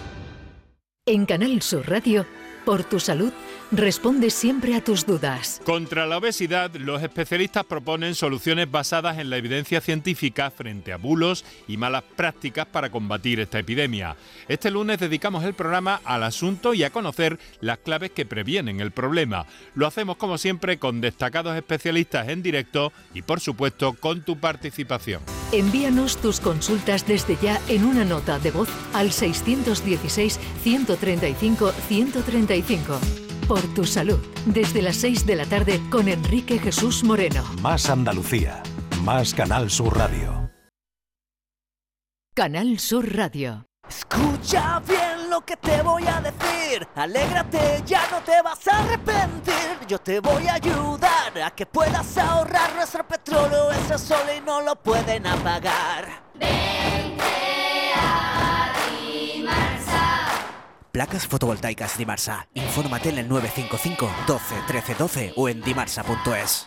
Speaker 26: En Canal Sur Radio, por tu salud, responde siempre a tus dudas.
Speaker 32: Contra la obesidad, los especialistas proponen soluciones basadas en la evidencia científica frente a bulos y malas prácticas para combatir esta epidemia. Este lunes dedicamos el programa al asunto y a conocer las claves que previenen el problema. Lo hacemos como siempre con destacados especialistas en directo y por supuesto con tu participación.
Speaker 26: Envíanos tus consultas desde ya en una nota de voz al 616-135-135. Por tu salud, desde las 6 de la tarde con Enrique Jesús Moreno.
Speaker 11: Más Andalucía, más Canal Sur Radio.
Speaker 26: Canal Sur Radio.
Speaker 33: Escucha bien lo que te voy a decir. Alégrate, ya no te vas a arrepentir. Yo te voy a ayudar a que puedas ahorrar nuestro petróleo. Ese sol y no lo pueden apagar.
Speaker 34: Placas fotovoltaicas Dimarsa. Infórmate en el 955 12 13 12 o en dimarsa.es.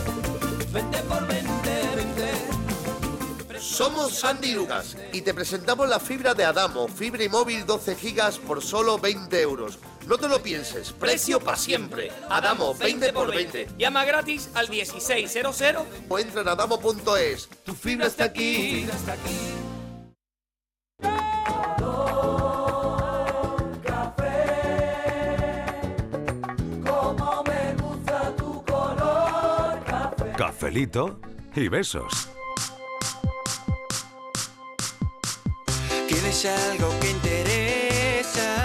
Speaker 35: Somos Sandy y Lucas y te presentamos la fibra de Adamo, fibra y móvil 12 gigas por solo 20 euros. No te lo pienses, precio para siempre. Adamo, 20 por 20.
Speaker 14: Llama gratis al 1600.
Speaker 35: O entra en adamo.es. Tu fibra está aquí.
Speaker 13: Como me gusta tu color café.
Speaker 11: Cafelito y besos.
Speaker 13: Tienes algo que interesa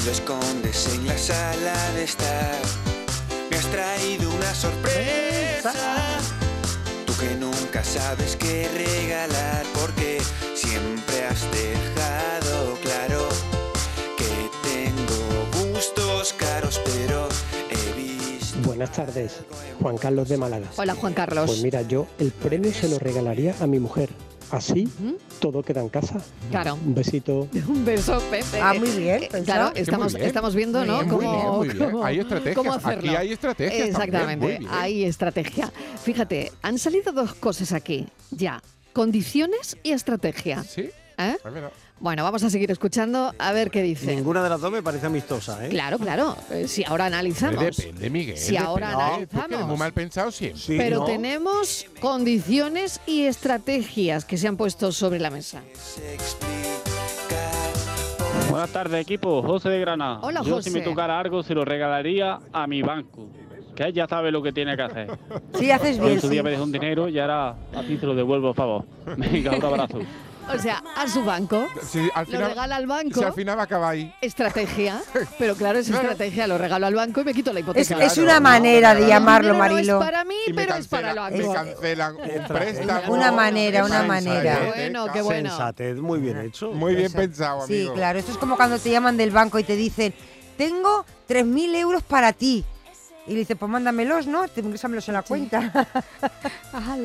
Speaker 13: y lo escondes en la sala de estar. Me has traído una sorpresa. Tú que nunca sabes qué regalar porque siempre has dejado claro que tengo gustos caros, pero he visto
Speaker 6: Buenas tardes, Juan Carlos de Málaga.
Speaker 5: Hola, Juan Carlos.
Speaker 6: Pues mira, yo el premio se lo regalaría a mi mujer. Así todo queda en casa.
Speaker 5: Claro.
Speaker 6: Un besito.
Speaker 5: Un beso, Pepe.
Speaker 8: Ah, muy bien,
Speaker 5: Eh,
Speaker 8: pensado.
Speaker 5: Claro,
Speaker 6: Qué
Speaker 5: estamos,
Speaker 6: muy bien.
Speaker 5: estamos viendo,
Speaker 6: Muy
Speaker 5: ¿no?
Speaker 6: bien, muy
Speaker 5: cómo,
Speaker 6: bien, muy bien.
Speaker 5: cómo-
Speaker 6: Hay estrategias,
Speaker 5: cómo hacerlo.
Speaker 6: aquí hay estrategias también,
Speaker 5: Exactamente,
Speaker 6: muy bien.
Speaker 5: hay estrategia. Fíjate, han salido dos cosas aquí, ya. Condiciones y estrategia. ¿Eh?
Speaker 36: Sí.
Speaker 6: Ah,
Speaker 5: Bueno, vamos a seguir escuchando a ver qué dice.
Speaker 3: Ninguna de las dos me parece amistosa, ¿eh?
Speaker 5: Claro, claro. eh, si ahora analizamos.
Speaker 36: Depende, Miguel.
Speaker 5: Si ahora
Speaker 36: depende. Tú que eres
Speaker 5: analizamos.
Speaker 36: Muy mal pensado siempre.
Speaker 5: Pero tenemos condiciones y estrategias que se han puesto sobre la mesa.
Speaker 37: Buenas tardes, equipo. José de Granada.
Speaker 5: Hola,
Speaker 37: Yo,
Speaker 5: José.
Speaker 37: si me tocara algo, se lo regalaría a mi banco, que él ya sabe lo que tiene que hacer.
Speaker 8: Sí, haces
Speaker 37: Yo en
Speaker 8: bien.
Speaker 37: su
Speaker 8: sí.
Speaker 37: día me dejó un dinero y ahora a ti te lo devuelvo, por favor. Venga, un abrazo.
Speaker 5: O sea, a su banco.
Speaker 6: Si al
Speaker 5: lo regala al banco.
Speaker 6: Si al final va a acabar ahí.
Speaker 5: Estrategia. Pero claro, es estrategia. Lo regalo al banco y me quito la hipoteca.
Speaker 8: Es- es una manera de llamarlo, Marilo.
Speaker 5: No es para mí,
Speaker 6: Y me
Speaker 5: pero es para lo
Speaker 6: Me
Speaker 5: banco.
Speaker 6: cancelan un Eh, préstamo.
Speaker 8: Una manera, una manera.
Speaker 5: Qué bueno, qué bueno.
Speaker 3: Sensatez, eh, muy bien hecho.
Speaker 6: Muy bien pensado,
Speaker 8: Sí,
Speaker 6: amigo.
Speaker 8: claro. Esto es como cuando te llaman del banco y te dicen, tengo 3.000 euros para ti. Y le dices, pues mándamelos, ¿no? Te ingrésamelos en la cuenta.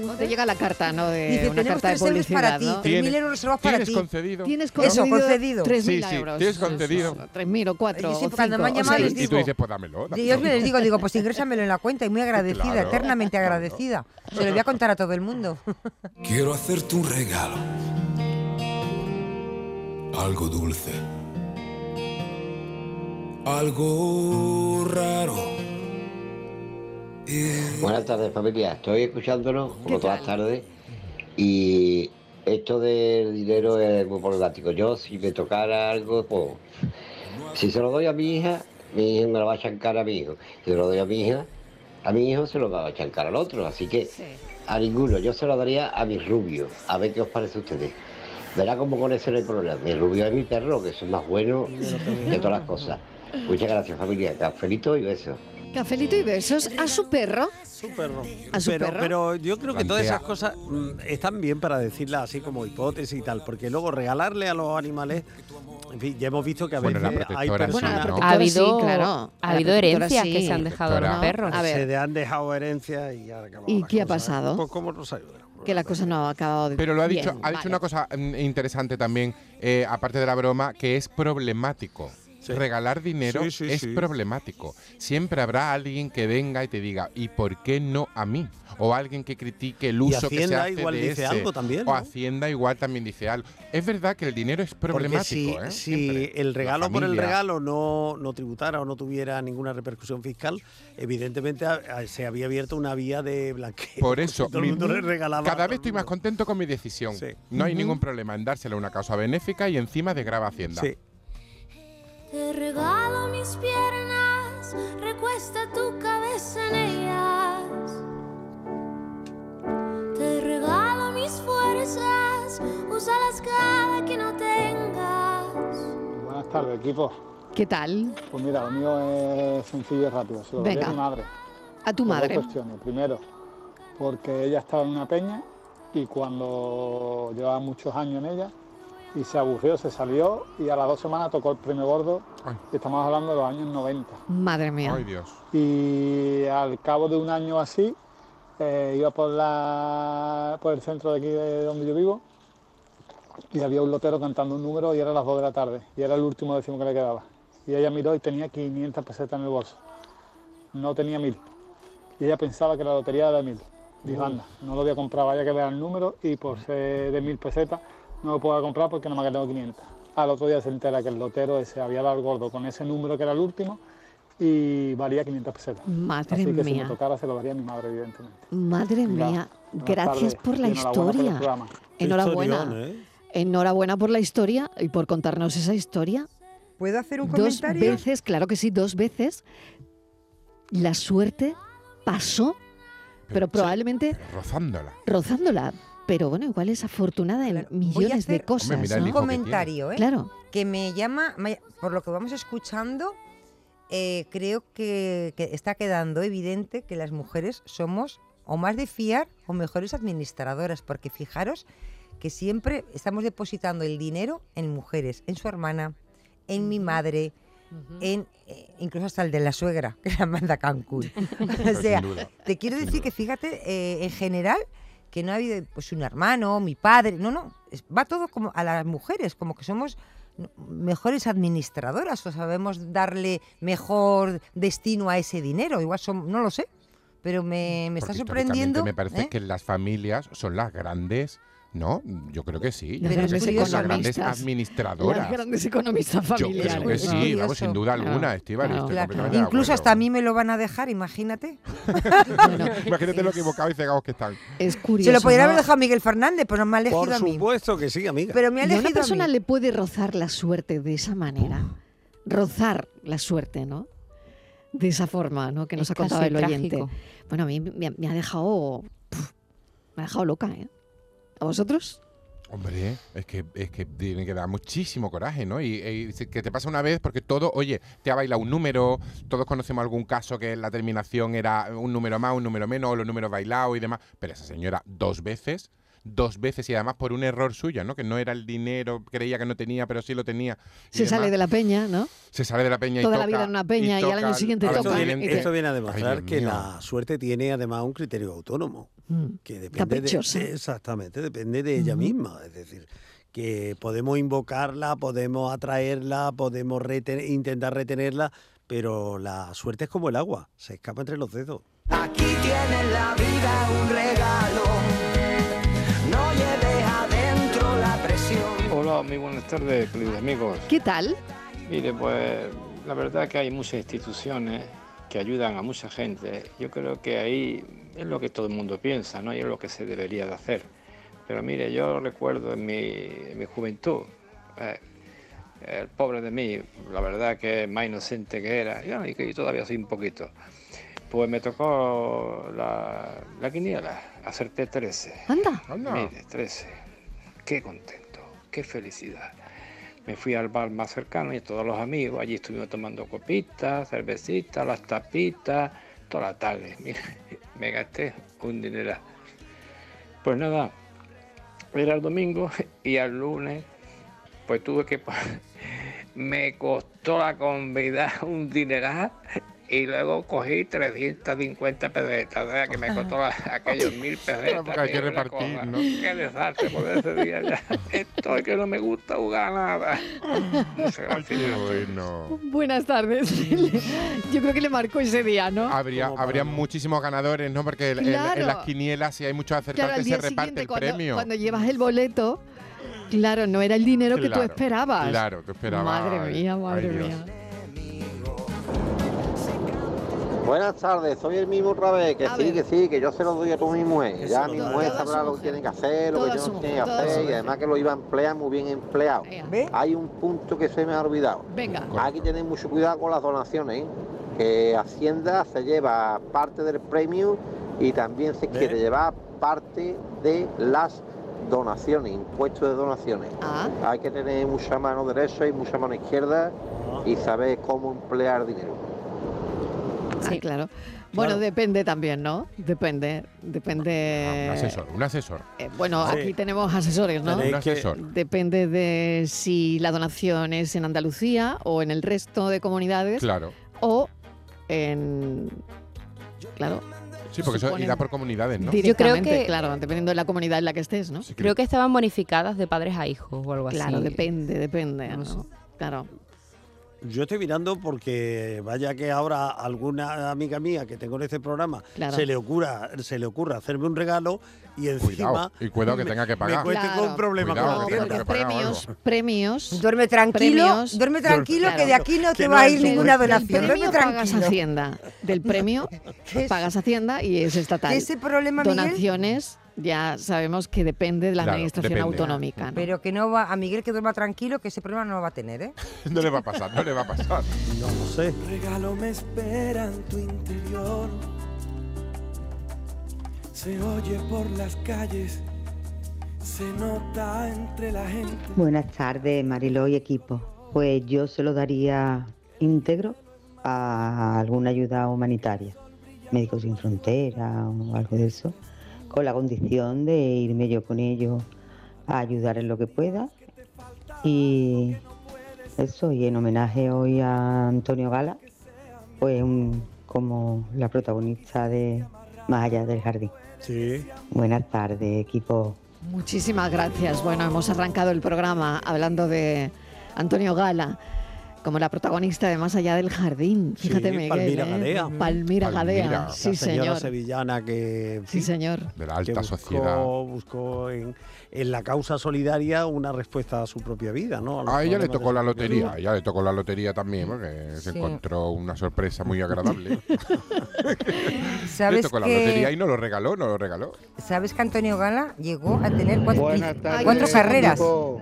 Speaker 5: No te llega la carta, ¿no? De
Speaker 8: Dice,
Speaker 5: Eh, una
Speaker 8: tenemos
Speaker 5: carta de
Speaker 8: 3 euros
Speaker 5: publicidad.
Speaker 8: para ti,
Speaker 5: ¿no?
Speaker 8: 3.000 euros reservados para ti.
Speaker 6: Tienes concedido.
Speaker 5: Tienes
Speaker 8: Eso,
Speaker 5: concedido
Speaker 8: concedido.
Speaker 5: 3.000
Speaker 6: Sí, sí,
Speaker 5: euros.
Speaker 6: tienes concedido.
Speaker 5: Eso, 3.000 o 4
Speaker 8: Yo
Speaker 5: o
Speaker 8: siempre
Speaker 5: 5.
Speaker 8: cuando me han
Speaker 5: o
Speaker 8: llamado
Speaker 6: Y-
Speaker 8: les
Speaker 6: y tú
Speaker 8: digo-
Speaker 6: dices, pues dámelo.
Speaker 8: Y Yo les digo, digo, pues ingrésamelo en la cuenta y muy agradecida,
Speaker 6: Claro.
Speaker 8: eternamente agradecida. Se lo voy a contar a todo el mundo.
Speaker 38: Quiero hacerte un regalo. Algo dulce. Algo raro.
Speaker 1: Buenas tardes familia, estoy escuchándolo como todas las tardes y esto del dinero es muy problemático. Yo si me tocara algo, pues, si se lo doy a mi hija, mi hija me lo va a chancar a mi hijo. Si se lo doy a mi hija, a mi hijo se lo va a chancar al otro. Así que a ninguno, yo se lo daría a mi rubio, a ver qué os parece a ustedes. Verá cómo con eso no hay problema. Mi rubio es mi perro, que eso es más bueno que todas las cosas. Muchas gracias familia, cafelito y besos.
Speaker 5: Cafelito y besos a su perro. A su
Speaker 3: pero,
Speaker 5: perro.
Speaker 3: pero yo creo que
Speaker 1: Plantea.
Speaker 3: todas esas cosas mm, están bien para decirlas así como hipótesis y tal, porque luego regalarle a los animales, en fin, ya hemos visto que a
Speaker 6: Bueno,
Speaker 3: veces
Speaker 6: la
Speaker 3: hay
Speaker 6: protectora sí,
Speaker 3: personas
Speaker 6: ¿no?
Speaker 2: Ha habido,
Speaker 5: sí, claro.
Speaker 2: ha
Speaker 5: La
Speaker 2: habido
Speaker 5: protectora
Speaker 2: herencias
Speaker 5: sí.
Speaker 2: que se han dejado a los perros.
Speaker 5: A ver.
Speaker 3: se le han dejado herencia y ya acabamos.
Speaker 5: ¿Y qué ha pasado?
Speaker 3: Pues como Rosario.
Speaker 5: Que la cosa no ha acabado de
Speaker 6: Pero lo ha dicho,
Speaker 5: bien,
Speaker 6: ha dicho
Speaker 5: vale.
Speaker 6: una cosa mm, interesante también, eh, aparte de la broma, que es problemático. Regalar dinero
Speaker 39: Sí, sí,
Speaker 6: es
Speaker 39: sí.
Speaker 6: problemático. Siempre habrá alguien que venga y te diga, ¿y por qué no a mí? O alguien que critique el
Speaker 3: Y
Speaker 6: uso que se
Speaker 3: Hacienda
Speaker 6: hace
Speaker 3: igual
Speaker 6: de
Speaker 3: dice
Speaker 6: ese.
Speaker 3: algo también,
Speaker 6: O
Speaker 3: ¿no?
Speaker 6: Hacienda igual también dice algo. Es verdad que el dinero es
Speaker 3: Porque
Speaker 6: problemático.
Speaker 3: si,
Speaker 6: ¿eh?
Speaker 3: si
Speaker 6: Siempre.
Speaker 3: el
Speaker 6: La
Speaker 3: regalo por el
Speaker 6: familia.
Speaker 3: regalo no, no tributara o no tuviera ninguna repercusión fiscal, evidentemente a- a- se había abierto una vía de blanqueo.
Speaker 6: Por eso,
Speaker 3: eh, Todo el
Speaker 6: mi-
Speaker 3: mundo le regalaba.
Speaker 6: cada vez estoy más contento con mi decisión. No hay
Speaker 3: Ujú.
Speaker 6: ningún problema en dársela a una causa benéfica y encima de grava Hacienda.
Speaker 3: Sí.
Speaker 7: Te regalo mis piernas, recuesta tu cabeza en ellas. Te regalo mis fuerzas, úsalas cada que no tengas.
Speaker 23: Buenas tardes, equipo.
Speaker 5: ¿Qué tal?
Speaker 23: Pues mira, lo mío es sencillo y rápido. Se lo doy
Speaker 5: Venga.
Speaker 23: a mi madre.
Speaker 5: A tu
Speaker 23: Por dos
Speaker 5: madre.
Speaker 23: cuestiones. Primero, porque ella estaba en una peña y cuando llevaba muchos años en ella y se aburrió, se salió y a las dos semanas tocó el premio gordo. Y estamos hablando de los años 90.
Speaker 5: Madre mía.
Speaker 23: Y al cabo de un año así, eh, iba por, la, por el centro de aquí de donde yo vivo y había un lotero cantando un número y era las 2 de la tarde y era el último décimo que le quedaba. Y ella miró y tenía 500 pesetas en el bolso. No tenía 1000. Y ella pensaba que la lotería era de 1000. Dijo,
Speaker 16: Uh.
Speaker 23: anda, no lo voy a comprar, vaya que vea el número y por ser de 1000 pesetas no lo puedo comprar porque nada más que tengo 500. Al otro día se entera que el lotero ese había dado al gordo con ese número que era el último y valía 500 pesetas.
Speaker 5: Madre
Speaker 23: Así que si
Speaker 5: mía.
Speaker 23: me tocara se lo daría a mi madre, evidentemente.
Speaker 5: Madre
Speaker 23: Venga,
Speaker 5: mía,
Speaker 23: buenas
Speaker 5: gracias
Speaker 23: tardes
Speaker 5: por la
Speaker 23: y enhorabuena por el
Speaker 5: historia.
Speaker 23: programa. Qué
Speaker 5: Enhorabuena.
Speaker 23: historión, ¿eh?
Speaker 5: Enhorabuena por la historia y por contarnos esa historia.
Speaker 8: ¿Puedo hacer un
Speaker 5: dos
Speaker 8: comentario?
Speaker 5: veces, claro que sí, dos veces. La suerte pasó, pero probablemente
Speaker 6: Rozándola.
Speaker 5: rozándola. Pero bueno, igual es afortunada en millones de cosas.
Speaker 8: un
Speaker 5: ¿no?
Speaker 8: comentario, ¿eh?
Speaker 5: Claro.
Speaker 8: Que me llama, me- por lo que vamos escuchando, eh, creo que, que está quedando evidente que las mujeres somos o más de fiar o mejores administradoras, porque fijaros que siempre estamos depositando el dinero en mujeres, en su hermana, en mi madre, en eh, incluso hasta el de la suegra, que la manda a Cancún. o
Speaker 17: sin
Speaker 8: sea,
Speaker 17: duda,
Speaker 8: te quiero
Speaker 17: sin
Speaker 8: decir que fíjate, eh, en general, que no ha habido pues un hermano, mi padre, no, no, es- va todo como a las mujeres, como que somos no, mejores administradoras o sabemos darle mejor destino a ese dinero, igual son, no lo sé, pero me, me está
Speaker 6: Porque
Speaker 8: sorprendiendo.
Speaker 6: históricamente Me parece
Speaker 8: ¿eh?
Speaker 6: que las familias son las grandes, ¿no? Yo creo que sí. Yo
Speaker 5: Las
Speaker 6: creo que
Speaker 5: grandes
Speaker 6: sí, son las grandes
Speaker 5: economistas.
Speaker 6: administradoras.
Speaker 5: Las grandes economistas familiares.
Speaker 6: Yo creo que sí,
Speaker 5: ¿no?
Speaker 6: vamos, sin duda
Speaker 5: Claro.
Speaker 6: alguna, Estíbaliz, estoy
Speaker 8: Claro.
Speaker 6: completamente de
Speaker 8: Incluso
Speaker 6: acuerdo.
Speaker 8: hasta a mí me lo van a dejar, imagínate.
Speaker 6: Imagínate lo equivocado y cegados que están.
Speaker 5: Es
Speaker 8: Se lo
Speaker 5: curioso,
Speaker 8: podría haber
Speaker 5: ¿no?
Speaker 8: dejado a Miguel Fernández, pero no me ha elegido
Speaker 3: Por
Speaker 8: a mí.
Speaker 3: supuesto que sí, amiga.
Speaker 8: Pero me ha
Speaker 5: ¿Y a
Speaker 8: elegido
Speaker 5: una
Speaker 8: a
Speaker 5: persona
Speaker 8: mí.
Speaker 5: le puede rozar la suerte de esa manera. Rozar la suerte, ¿no? De esa forma, ¿no? Que nos
Speaker 2: Es
Speaker 5: ha contado
Speaker 2: casi
Speaker 5: el oyente.
Speaker 2: trágico.
Speaker 5: Bueno, a mí me, me ha dejado. puf, me ha dejado loca, ¿eh? ¿A vosotros?
Speaker 6: Hombre, es que, es que tiene que dar muchísimo coraje, ¿no? Y, y se- que te pasa una vez porque todo, oye, te ha bailado un número, todos conocemos algún caso que la terminación era un número más, un número menos, o los números bailados y demás. Pero esa señora, dos veces, dos veces y además por un error suyo, ¿no? Que no era el dinero, creía que no tenía, pero sí lo tenía. y
Speaker 5: Se
Speaker 6: demás.
Speaker 5: sale de la peña, ¿no?
Speaker 6: Se sale de la peña y
Speaker 5: Toda la
Speaker 6: toca-
Speaker 5: vida en una peña y al año siguiente
Speaker 6: al año
Speaker 5: toca.
Speaker 6: siguiente-
Speaker 3: Esto Em, viene a
Speaker 6: Ay,
Speaker 3: demostrar
Speaker 6: Dios
Speaker 3: que
Speaker 6: mío.
Speaker 3: la suerte tiene además un criterio autónomo, que depende
Speaker 5: Caprichosa.
Speaker 3: de, exactamente, depende de ella misma, es decir, que podemos invocarla, podemos atraerla, podemos retener- intentar retenerla, pero la suerte es como el agua, se escapa entre los dedos.
Speaker 13: Aquí tienes la vida un regalo. No lleves adentro la presión.
Speaker 39: Hola, muy buenas tardes, queridos amigos.
Speaker 5: ¿Qué tal?
Speaker 39: Mire, pues la verdad que hay muchas instituciones que ayudan a mucha gente. Yo creo que ahí es lo que todo el mundo piensa, ¿no? Y es lo que se debería de hacer. Pero mire, yo recuerdo en mi, en mi juventud, eh, el pobre de mí, la verdad que más inocente que era, y, bueno, y que todavía soy un poquito, pues me tocó la, la quiniela, acerté 13.
Speaker 5: Anda.
Speaker 39: Mire, 13. Qué contento, qué felicidad. Me fui al bar más cercano y todos los amigos, allí estuvimos tomando copitas, cervecitas, las tapitas, toda la tarde. Mira, me gasté un dineral. Pues nada, era el domingo y al lunes, pues tuve que. pa- Me costó la comida un dineral y luego cogí 350 pesetas, o sea que me costó la- aquellos mil pesetas.
Speaker 6: Porque hay que
Speaker 39: mira una
Speaker 6: repartir,
Speaker 39: cosa,
Speaker 6: ¿no?
Speaker 39: Qué desastre, por ese día ya. Esto es que no me gusta jugar nada. Muchas gracias.
Speaker 5: Buenas tardes. Yo creo que le marcó ese día, ¿no?
Speaker 6: Habría, habría muchísimos ganadores, ¿no? Porque el- el-
Speaker 5: Claro.
Speaker 6: en las quinielas, si hay muchos
Speaker 5: Claro, al
Speaker 6: acertantes,
Speaker 5: día
Speaker 6: se reparte
Speaker 5: siguiente,
Speaker 6: el
Speaker 5: cuando,
Speaker 6: premio.
Speaker 5: cuando llevas el boleto, claro, no era el dinero que tú
Speaker 6: Claro,
Speaker 5: esperabas.
Speaker 6: Claro, tú esperabas.
Speaker 5: Madre mía, madre
Speaker 6: Ay, Dios.
Speaker 5: mía.
Speaker 24: Buenas tardes, soy el mismo otra vez, que
Speaker 5: A
Speaker 24: sí,
Speaker 5: ver.
Speaker 24: que sí, que yo se lo doy a tu mismo mujer. Ya
Speaker 5: Eso,
Speaker 24: mi
Speaker 5: todas-
Speaker 24: mujer
Speaker 5: todas
Speaker 24: sabrá
Speaker 5: son
Speaker 24: lo que tiene que hacer, lo que
Speaker 5: Todas
Speaker 24: yo no
Speaker 5: son
Speaker 24: tiene que
Speaker 5: mujeres, todas
Speaker 24: hacer,
Speaker 5: son
Speaker 24: y además que lo iba a emplear muy bien empleado. Hay un punto que se me ha olvidado.
Speaker 5: Venga. ah,
Speaker 24: Hay que tener mucho cuidado con las donaciones, ¿eh? que Hacienda se lleva parte del premio y también se quiere llevar parte de las donaciones, impuestos de donaciones. Hay que tener mucha mano derecha y mucha mano izquierda y saber cómo emplear dinero.
Speaker 5: Sí, claro. Bueno, depende también, ¿no? Depende, depende.
Speaker 6: Ah, Un asesor, un asesor.
Speaker 5: Eh, bueno,
Speaker 6: Sí.
Speaker 5: aquí tenemos asesores, ¿no?
Speaker 6: Tenéis Un que- asesor.
Speaker 5: Depende de si la donación es en Andalucía o en el resto de comunidades.
Speaker 6: Claro.
Speaker 5: O en. Claro.
Speaker 6: Sí, porque eso
Speaker 5: suponen
Speaker 6: irá por comunidades, ¿no?
Speaker 5: Directamente,
Speaker 40: Yo creo que-
Speaker 5: claro, dependiendo de la comunidad en la que estés, ¿no?
Speaker 40: Creo que estaban bonificadas de padres a hijos o algo así.
Speaker 5: Claro, depende, depende. ¿no? Claro.
Speaker 3: Yo estoy mirando porque vaya que ahora alguna amiga mía que tengo en este programa
Speaker 5: Claro.
Speaker 3: se le ocurra, se le ocurra hacerme un regalo y encima
Speaker 6: Cuidado, y cuidado que tenga que pagar.
Speaker 3: Me cueste
Speaker 6: Claro.
Speaker 3: con problemas
Speaker 6: Cuidado,
Speaker 3: con
Speaker 6: que tenga que
Speaker 3: los
Speaker 6: pagar o algo.
Speaker 3: premios.
Speaker 5: Premios.
Speaker 8: Duerme tranquilo,
Speaker 5: premios.
Speaker 8: duerme tranquilo que de aquí no te va a ir ninguna donación.
Speaker 5: Del
Speaker 8: Duerme
Speaker 5: premio pagas
Speaker 8: tranquilo.
Speaker 5: Hacienda. Del premio pagas Hacienda y es estatal.
Speaker 8: ¿Qué es ese problema, Miguel?
Speaker 5: Donaciones ya sabemos que depende de la
Speaker 6: Claro,
Speaker 5: administración
Speaker 6: depende.
Speaker 5: autonómica. ¿no?
Speaker 8: Pero que no va, a Miguel que duerma tranquilo, que ese problema no lo va a tener, ¿eh?
Speaker 6: No le va a pasar, no le va a pasar.
Speaker 3: No lo sé.
Speaker 13: Regalo me espera en tu interior. Se oye por las calles, se nota entre la gente.
Speaker 40: Buenas tardes, Mariló y equipo. Pues yo se lo daría íntegro a alguna ayuda humanitaria, Médicos Sin Frontera o algo de eso, con la condición de irme yo con ellos a ayudar en lo que pueda. Y eso, y en homenaje hoy a Antonio Gala, pues un- como la protagonista de Más allá del jardín.
Speaker 3: Sí.
Speaker 40: Buenas tardes, equipo.
Speaker 5: Muchísimas gracias. Bueno, hemos arrancado el programa hablando de Antonio Gala como la protagonista de Más allá del jardín. Fíjate, Miguel.
Speaker 3: Palmira
Speaker 5: ¿eh?
Speaker 3: Gadea.
Speaker 5: Palmira Gadea.
Speaker 3: Palmira,
Speaker 5: Sí,
Speaker 3: la señora
Speaker 5: señor.
Speaker 3: sevillana que
Speaker 5: Sí, señor.
Speaker 6: de la alta
Speaker 3: buscó,
Speaker 6: sociedad.
Speaker 3: Buscó en, en la causa solidaria una respuesta a su propia vida, ¿no? los
Speaker 6: A ella le
Speaker 3: problemas de
Speaker 6: tocó
Speaker 3: su
Speaker 6: la
Speaker 3: propia
Speaker 6: lotería, a
Speaker 3: vida.
Speaker 6: ella le tocó la lotería también, porque se
Speaker 3: Sí.
Speaker 6: encontró una sorpresa muy agradable. le
Speaker 8: ¿Sabes
Speaker 6: tocó la
Speaker 8: que-
Speaker 6: lotería y no lo regaló, no lo regaló.
Speaker 8: ¿Sabes que Antonio Gala llegó a tener cuatro,
Speaker 6: Buenas tardes,
Speaker 8: cuatro carreras?
Speaker 6: equipo.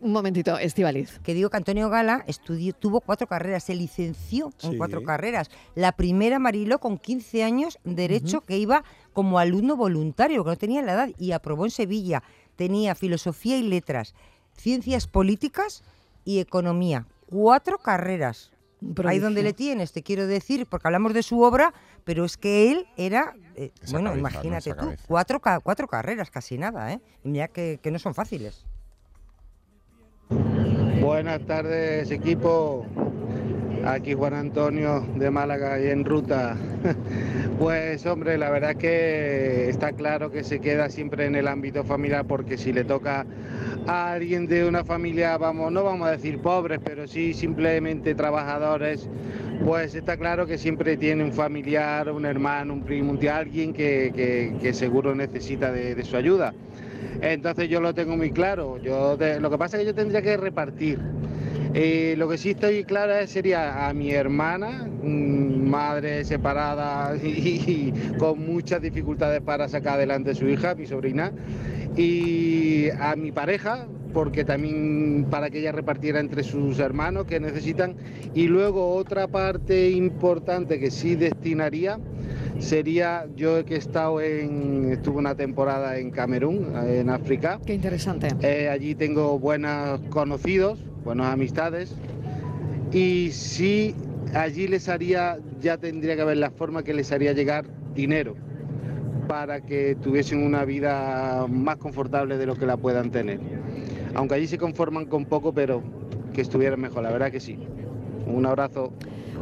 Speaker 5: Un momentito, Estivaliz.
Speaker 8: Que digo que Antonio Gala estudió, tuvo cuatro carreras, se licenció en
Speaker 5: Sí.
Speaker 8: cuatro carreras. La primera, Mariló, con 15 años, Derecho, que iba como alumno voluntario, que no tenía la edad, y aprobó en Sevilla. tenía filosofía y letras, ciencias políticas y economía. Cuatro carreras. Ahí
Speaker 5: prodigio.
Speaker 8: donde le tienes, te quiero decir, porque hablamos de su obra, pero es que él era, eh,
Speaker 6: Esa
Speaker 8: bueno,
Speaker 6: cabeza, ¿no?
Speaker 8: imagínate
Speaker 6: Esa
Speaker 8: tú,
Speaker 6: cabeza.
Speaker 8: cuatro, ca- cuatro carreras, casi nada, ¿eh? Y Mira que, que no son fáciles.
Speaker 4: Buenas tardes, equipo. Aquí Juan Antonio de Málaga y en ruta. Pues hombre, la verdad es que está claro que se queda siempre en el ámbito familiar porque si le toca a alguien de una familia, vamos, no vamos a decir pobres, pero sí simplemente trabajadores, pues está claro que siempre tiene un familiar, un hermano, un primo, un tío, alguien que, que- que seguro necesita de- de su ayuda. Entonces yo lo tengo muy claro. Yo de- lo que pasa es que yo tendría que repartir. Eh, lo que sí estoy clara es- sería a mi hermana, mm, madre separada y, y con muchas dificultades para sacar adelante a su hija, mi sobrina, y a mi pareja, porque también para que ella repartiera entre sus hermanos que necesitan. Y luego otra parte importante que sí destinaría sería yo que he estado en, estuve una temporada en Camerún, en África. Eh,
Speaker 5: Qué interesante.
Speaker 4: allí tengo buenos conocidos, buenas amistades. Y sí, allí les haría, ya tendría que haber la forma que les haría llegar dinero para que tuviesen una vida más confortable de lo que la puedan tener. Aunque allí se conforman con poco, pero que estuvieran mejor, la verdad que sí. Un abrazo.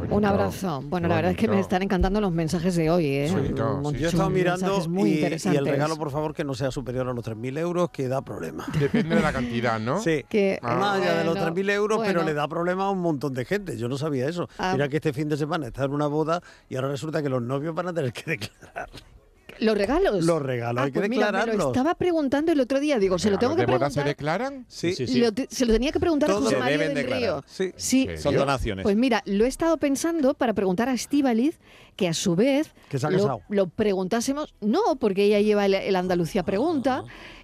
Speaker 5: Un abrazo. Bueno, la verdad es que me están encantando los mensajes de hoy. ¿eh? Un
Speaker 3: Yo he estado
Speaker 5: montón de
Speaker 3: mirando
Speaker 5: mensajes muy
Speaker 3: y, y el
Speaker 5: interesantes.
Speaker 3: regalo, por favor, que no sea superior a los 3.000 euros, que da problemas.
Speaker 6: Depende de la cantidad, ¿no? Ah.
Speaker 3: Sí.
Speaker 5: Que-
Speaker 3: Más allá de los
Speaker 5: Bueno,
Speaker 3: 3.000 euros, pero
Speaker 5: bueno.
Speaker 3: le da problemas a un montón de gente. Yo no sabía eso.
Speaker 5: Ah.
Speaker 3: Mira que este fin de semana está en una boda y ahora resulta que los novios van a tener que declarar
Speaker 5: ¿Los regalos?
Speaker 3: los regalos.
Speaker 5: Ah,
Speaker 3: Hay que
Speaker 5: pues mira, me lo
Speaker 3: declararlos.
Speaker 5: estaba preguntando el otro día. Digo, se lo tengo que preguntar.
Speaker 6: declaran?
Speaker 3: Sí,
Speaker 5: Lo te- se lo tenía que preguntar a
Speaker 41: Todo
Speaker 5: José
Speaker 41: se
Speaker 5: María
Speaker 41: deben
Speaker 5: del Río.
Speaker 41: declarar.
Speaker 3: Sí.
Speaker 41: Son donaciones.
Speaker 5: Pues mira, lo he estado pensando para preguntar a Estíbaliz, que a su vez
Speaker 41: Que se ha
Speaker 5: lo,
Speaker 41: casado.
Speaker 5: lo preguntásemos, no, porque ella lleva el, el Andalucía Pregunta,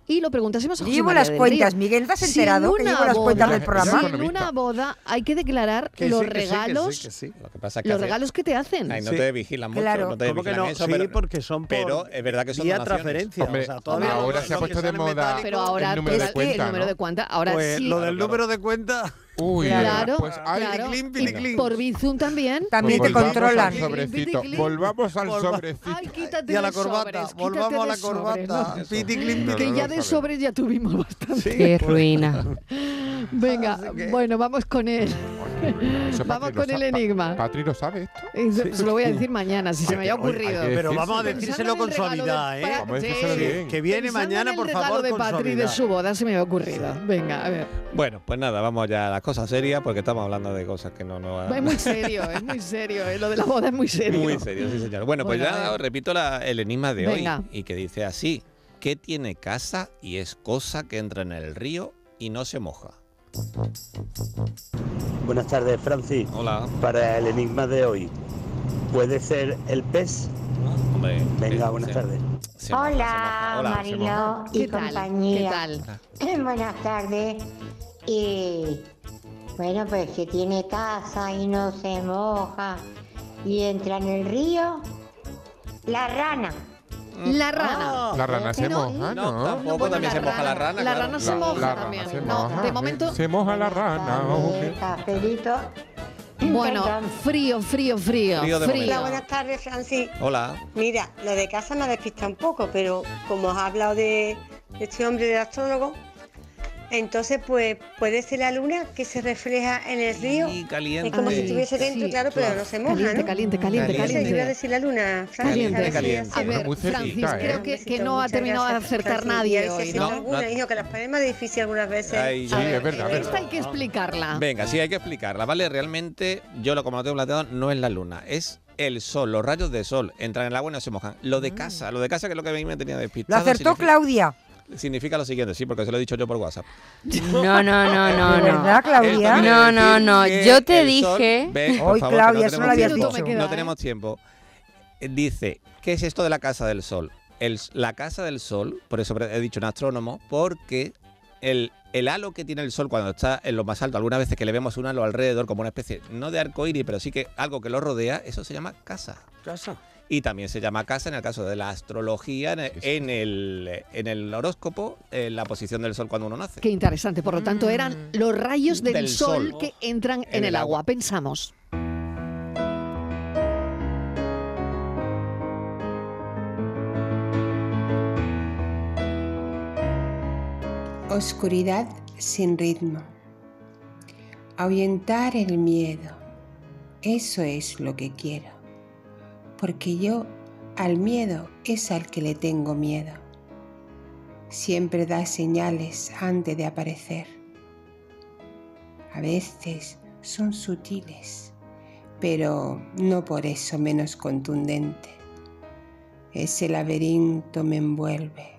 Speaker 5: y lo preguntásemos a José
Speaker 8: Llevo
Speaker 5: María
Speaker 8: las
Speaker 5: del
Speaker 8: cuentas,
Speaker 5: Río.
Speaker 8: Miguel, ¿te has
Speaker 5: Si en
Speaker 8: enterado que
Speaker 5: una
Speaker 8: llevo las cuentas
Speaker 5: boda-
Speaker 8: del programa?
Speaker 5: si en una boda hay que declarar
Speaker 41: Que sí,
Speaker 5: los
Speaker 41: que sí, que sí,
Speaker 5: regalos
Speaker 41: que sí. Lo que pasa es que
Speaker 5: los
Speaker 41: hace-
Speaker 5: regalos que te hacen.
Speaker 41: Ay, no te vigilan mucho,
Speaker 5: Claro.
Speaker 41: no te
Speaker 3: ¿Cómo que
Speaker 41: vigilan
Speaker 3: no?
Speaker 41: eso,
Speaker 3: Sí,
Speaker 41: pero-
Speaker 3: porque son por
Speaker 41: Pero es verdad que son
Speaker 3: vía
Speaker 41: donaciones.
Speaker 3: transferencia.
Speaker 41: Hombre,
Speaker 3: o sea, todavía
Speaker 41: ahora
Speaker 3: los-
Speaker 41: se ha
Speaker 3: los que
Speaker 41: puesto de
Speaker 3: salen
Speaker 41: moda
Speaker 3: metálicos-
Speaker 5: Pero ahora
Speaker 41: número de
Speaker 5: es que
Speaker 41: cuenta,
Speaker 5: el número
Speaker 41: ¿no? Uh,
Speaker 5: de cuenta, ahora
Speaker 3: Pues,
Speaker 5: sí.
Speaker 3: lo del número de cuenta.
Speaker 6: Uy,
Speaker 5: Claro,
Speaker 6: pues, ay,
Speaker 5: claro.
Speaker 6: piliclín,
Speaker 5: Y
Speaker 6: piliclín.
Speaker 5: por Bizum también.
Speaker 6: Pues volvamos Al sobrecito. Volvamos al
Speaker 5: Volva-
Speaker 6: sobrecito.
Speaker 5: Ay, quítate
Speaker 3: Y a la
Speaker 5: de
Speaker 3: corbata,
Speaker 5: sobres, quítate
Speaker 3: volvamos a
Speaker 5: de
Speaker 3: la
Speaker 5: sobres,
Speaker 3: corbata.
Speaker 5: ¿no?
Speaker 3: Piti, clin,
Speaker 5: Que
Speaker 3: piti.
Speaker 5: ya de sobres ya tuvimos bastante.
Speaker 3: Sí. Qué
Speaker 6: ruina.
Speaker 5: Venga, bueno, vamos con él.
Speaker 6: Eso
Speaker 5: Vamos
Speaker 6: Patri lo
Speaker 5: con el
Speaker 6: sa- Pa-
Speaker 5: enigma.
Speaker 6: Patri lo sabe esto.
Speaker 5: Y se- Se lo voy a decir mañana, si se me había
Speaker 6: Oye, hay que
Speaker 5: ocurrido.
Speaker 6: decírselo.
Speaker 3: Pero vamos a
Speaker 5: Pensando
Speaker 3: decírselo
Speaker 5: en
Speaker 3: con
Speaker 5: el regalo
Speaker 3: suavidad,
Speaker 5: de
Speaker 3: ¿eh?
Speaker 5: Vamos a decírselo
Speaker 3: Sí,
Speaker 41: bien.
Speaker 3: Que viene
Speaker 5: Pensando
Speaker 3: mañana,
Speaker 5: en
Speaker 3: por
Speaker 5: el regalo
Speaker 3: favor,
Speaker 5: de
Speaker 3: con
Speaker 5: Patri de
Speaker 3: suavidad.
Speaker 5: su boda se me había ocurrido. Venga, a ver.
Speaker 41: Bueno, pues nada, vamos ya a las cosas serias porque estamos hablando de cosas que no nos...
Speaker 5: Es muy serio, es muy serio. ¿eh? Lo de la boda es muy serio.
Speaker 41: Muy serio, sí señor. Bueno, pues
Speaker 5: Bueno, a
Speaker 41: ya
Speaker 5: ver.
Speaker 41: os repito la- el enigma de
Speaker 5: Venga.
Speaker 41: hoy y que dice así. ¿Qué tiene casa y es cosa que entra en el río y no se moja?
Speaker 25: Buenas tardes, Francis.
Speaker 41: Hola.
Speaker 25: Para el enigma de hoy, ¿puede ser el pez?
Speaker 41: Hombre, eh,
Speaker 25: Venga, buenas tardes.
Speaker 16: Hola,
Speaker 25: Hola,
Speaker 16: Mariló
Speaker 25: Simo.
Speaker 16: y
Speaker 25: ¿Qué tal?
Speaker 16: compañía.
Speaker 25: ¿Qué
Speaker 16: Buenas tardes. Y bueno, pues que tiene casa y no se moja y entra en el río. La rana.
Speaker 5: La rana.
Speaker 6: La rana se
Speaker 5: No,
Speaker 6: moja,
Speaker 5: no,
Speaker 6: ¿no?
Speaker 5: tampoco, Bueno, también la se moja la rana. rana, La claro. rana se moja
Speaker 6: la
Speaker 5: también.
Speaker 6: Rana se
Speaker 5: No,
Speaker 6: moja,
Speaker 5: de
Speaker 6: ¿eh?
Speaker 5: momento-
Speaker 6: Se moja la rana.
Speaker 16: El cafelito.
Speaker 5: Bueno, frío, frío, frío.
Speaker 41: Frío de momento.
Speaker 16: Hola, buenas tardes, Francis.
Speaker 41: Hola.
Speaker 16: Mira, lo de casa me ha despistado un poco, pero como has hablado de, de este hombre de astrólogo, entonces pues puede ser la luna que se refleja en el río.
Speaker 41: Y caliente.
Speaker 16: Es como si estuviese dentro, claro, pero no se moja,
Speaker 5: Caliente,
Speaker 16: ¿no?
Speaker 5: caliente, caliente,
Speaker 16: Entonces,
Speaker 5: caliente.
Speaker 16: yo iba a decir la luna, Francis.
Speaker 5: Caliente,
Speaker 16: a ver si
Speaker 41: caliente.
Speaker 16: así.
Speaker 41: A ver, Muy cerquita,
Speaker 16: Francis,
Speaker 41: ¿eh?
Speaker 16: creo que, que no ha Muchas
Speaker 5: terminado de
Speaker 16: gracias,
Speaker 5: acertar
Speaker 16: Francis.
Speaker 5: nadie
Speaker 16: Y a ver si
Speaker 5: hoy,
Speaker 16: acierta
Speaker 41: ¿no?
Speaker 16: alguna,
Speaker 41: No.
Speaker 16: hijo, que las palmas es difícil algunas veces.
Speaker 41: Ay, sí,
Speaker 16: A
Speaker 41: es
Speaker 16: ver,
Speaker 41: verdad, Ah. es
Speaker 16: eh,
Speaker 41: verdad.
Speaker 5: Esta hay que explicarla.
Speaker 41: Venga, sí, hay que explicarla, ¿vale? Realmente, yo lo como lo tengo planteado, no es la luna, es el sol, los rayos de sol entran en el agua y no se mojan. Lo
Speaker 5: Mm.
Speaker 41: de casa, lo de casa que es lo que a mí me tenía
Speaker 8: Lo
Speaker 41: despistado.
Speaker 8: acertó
Speaker 41: significa-
Speaker 8: Claudia.
Speaker 41: Significa lo siguiente, sí, porque se lo he dicho yo por WhatsApp.
Speaker 16: No, no, no, no, no.
Speaker 8: ¿De
Speaker 41: Eh,
Speaker 8: verdad, Claudia?
Speaker 41: Esto quiere
Speaker 16: No, no,
Speaker 41: decir
Speaker 16: no,
Speaker 41: que
Speaker 16: yo te
Speaker 41: el sol-
Speaker 16: dije-
Speaker 41: Ven, por favor,
Speaker 16: Ay,
Speaker 41: que
Speaker 16: Claudia, eso no lo habías
Speaker 41: tenemos
Speaker 16: dicho.
Speaker 41: tiempo.
Speaker 16: Me queda,
Speaker 41: No tenemos tiempo. Eh, Dice, ¿qué es esto de la casa del sol? El- la casa del sol, por eso he dicho un astrónomo, porque el, el halo que tiene el sol cuando está en lo más alto, algunas veces que le vemos un halo alrededor como una especie, no de arco iris, pero sí que algo que lo rodea, eso se llama casa.
Speaker 3: Casa.
Speaker 41: y también se llama casa en el caso de la astrología, en el, en el, en el horóscopo, eh, la posición del sol cuando uno nace.
Speaker 5: Qué interesante. Por lo tanto, eran los rayos del,
Speaker 41: Del
Speaker 5: sol,
Speaker 41: sol.
Speaker 5: que entran en, el agua. Pensamos.
Speaker 42: Oscuridad sin ritmo. Ahuyentar el miedo. Eso es lo que quiero. Porque yo al miedo es al que le tengo miedo. Siempre da señales antes de aparecer. A veces son sutiles, pero no por eso menos contundente. Ese laberinto me envuelve.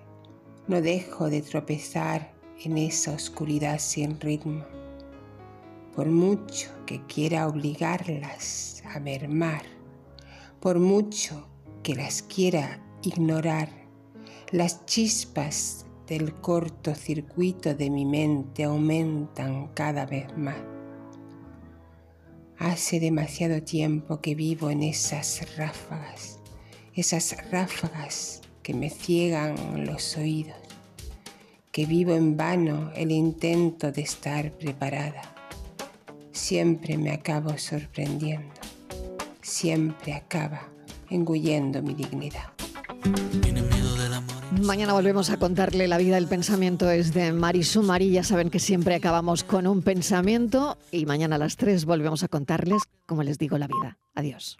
Speaker 42: No dejo de tropezar en esa oscuridad sin ritmo. Por mucho que quiera obligarlas a mermar, por mucho que las quiera ignorar, las chispas del cortocircuito de mi mente aumentan cada vez más. Hace demasiado tiempo que vivo en esas ráfagas, esas ráfagas que me ciegan los oídos, que vivo en vano el intento de estar preparada. Siempre me acabo sorprendiendo, siempre acaba engullendo mi dignidad.
Speaker 5: Mañana volvemos a contarle la vida. El pensamiento es de Marisú Mari. Ya saben que siempre acabamos con un pensamiento. Y mañana a las 3 volvemos a contarles, como les digo, la vida. Adiós.